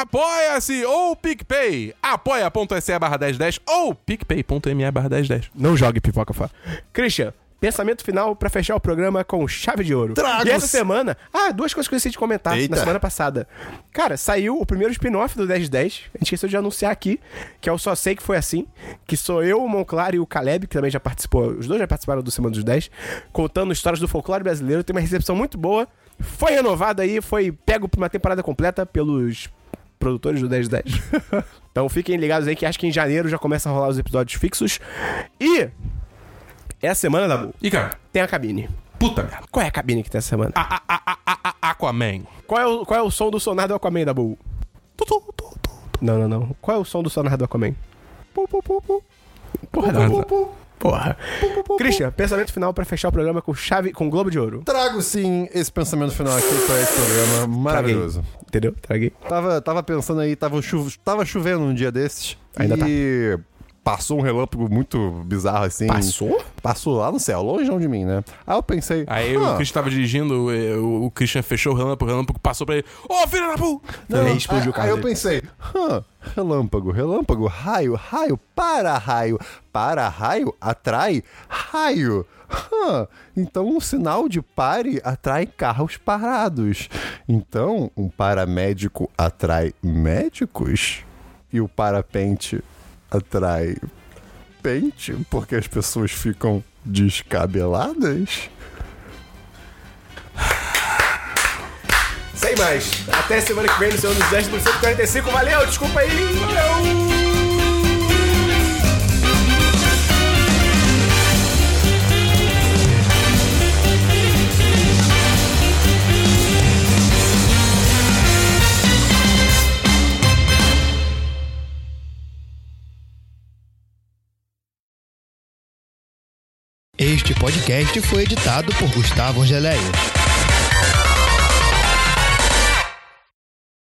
Apoia-se ou PicPay. Apoia.se barra 1010 ou picpay.me barra 1010.
Não jogue pipoca fora. Christian, pensamento final pra fechar o programa com chave de ouro.
Trago-
E essa semana... Ah, duas coisas que eu esqueci de comentar
Eita.
na semana passada. Cara, saiu o primeiro spin-off do 10 10. A gente esqueceu de anunciar aqui, que é o Só Sei Que Foi Assim, que sou eu, o Monclar e o Caleb, que também já participou. Os dois já participaram do Semana dos 10, contando histórias do folclore brasileiro. Tem uma recepção muito boa. Foi renovado aí, foi pego pra uma temporada completa pelos produtores do 1010. então fiquem ligados aí que acho que em janeiro já começa a rolar os episódios fixos. E é a semana da Bu.
E cara,
Tem a cabine.
puta merda.
Qual é a cabine que tem essa semana?
A, a, a, a, a, a, Aquaman.
Qual é o, qual é o som do sonar do Aquaman da Bu?
Tu, tu, tu, tu.
Não, não, não. Qual é o som do sonar do Aquaman? Pu, pu, pu, pu. Porra,
Ah,
da Bu.
tá.
Porra. Christian, pensamento final pra fechar o programa com chave com Globo de Ouro.
Trago sim esse pensamento final aqui pra esse programa maravilhoso.
Entendeu? Traguei.
Tava, tava pensando aí, tava, chu tava chovendo um dia desses.
Ainda tá.
e passou um relâmpago muito bizarro assim.
Passou?
Passou lá no céu, longe de mim, né? Aí eu pensei.
Aí
"Ah,
o Christian tava dirigindo, eh, o, o Christian fechou o relâmpago, o relâmpago passou pra ele. Ô, filha da pu!
não,
Ah, Aí explodiu o
aí-
carro
Aí eu
dele.
pensei, "Hã, relâmpago, relâmpago, raio, raio, para-raio, para-raio, atrai, raio. Hã, então um sinal de pare atrai carros parados. Então um paramédico atrai médicos e o parapente atrai pente porque as pessoas ficam descabeladas.
Sem mais. Até semana que vem no seu ano 10 do 145. Valeu, desculpa aí. Valeu.
Este podcast foi editado por Gustavo Angeléia.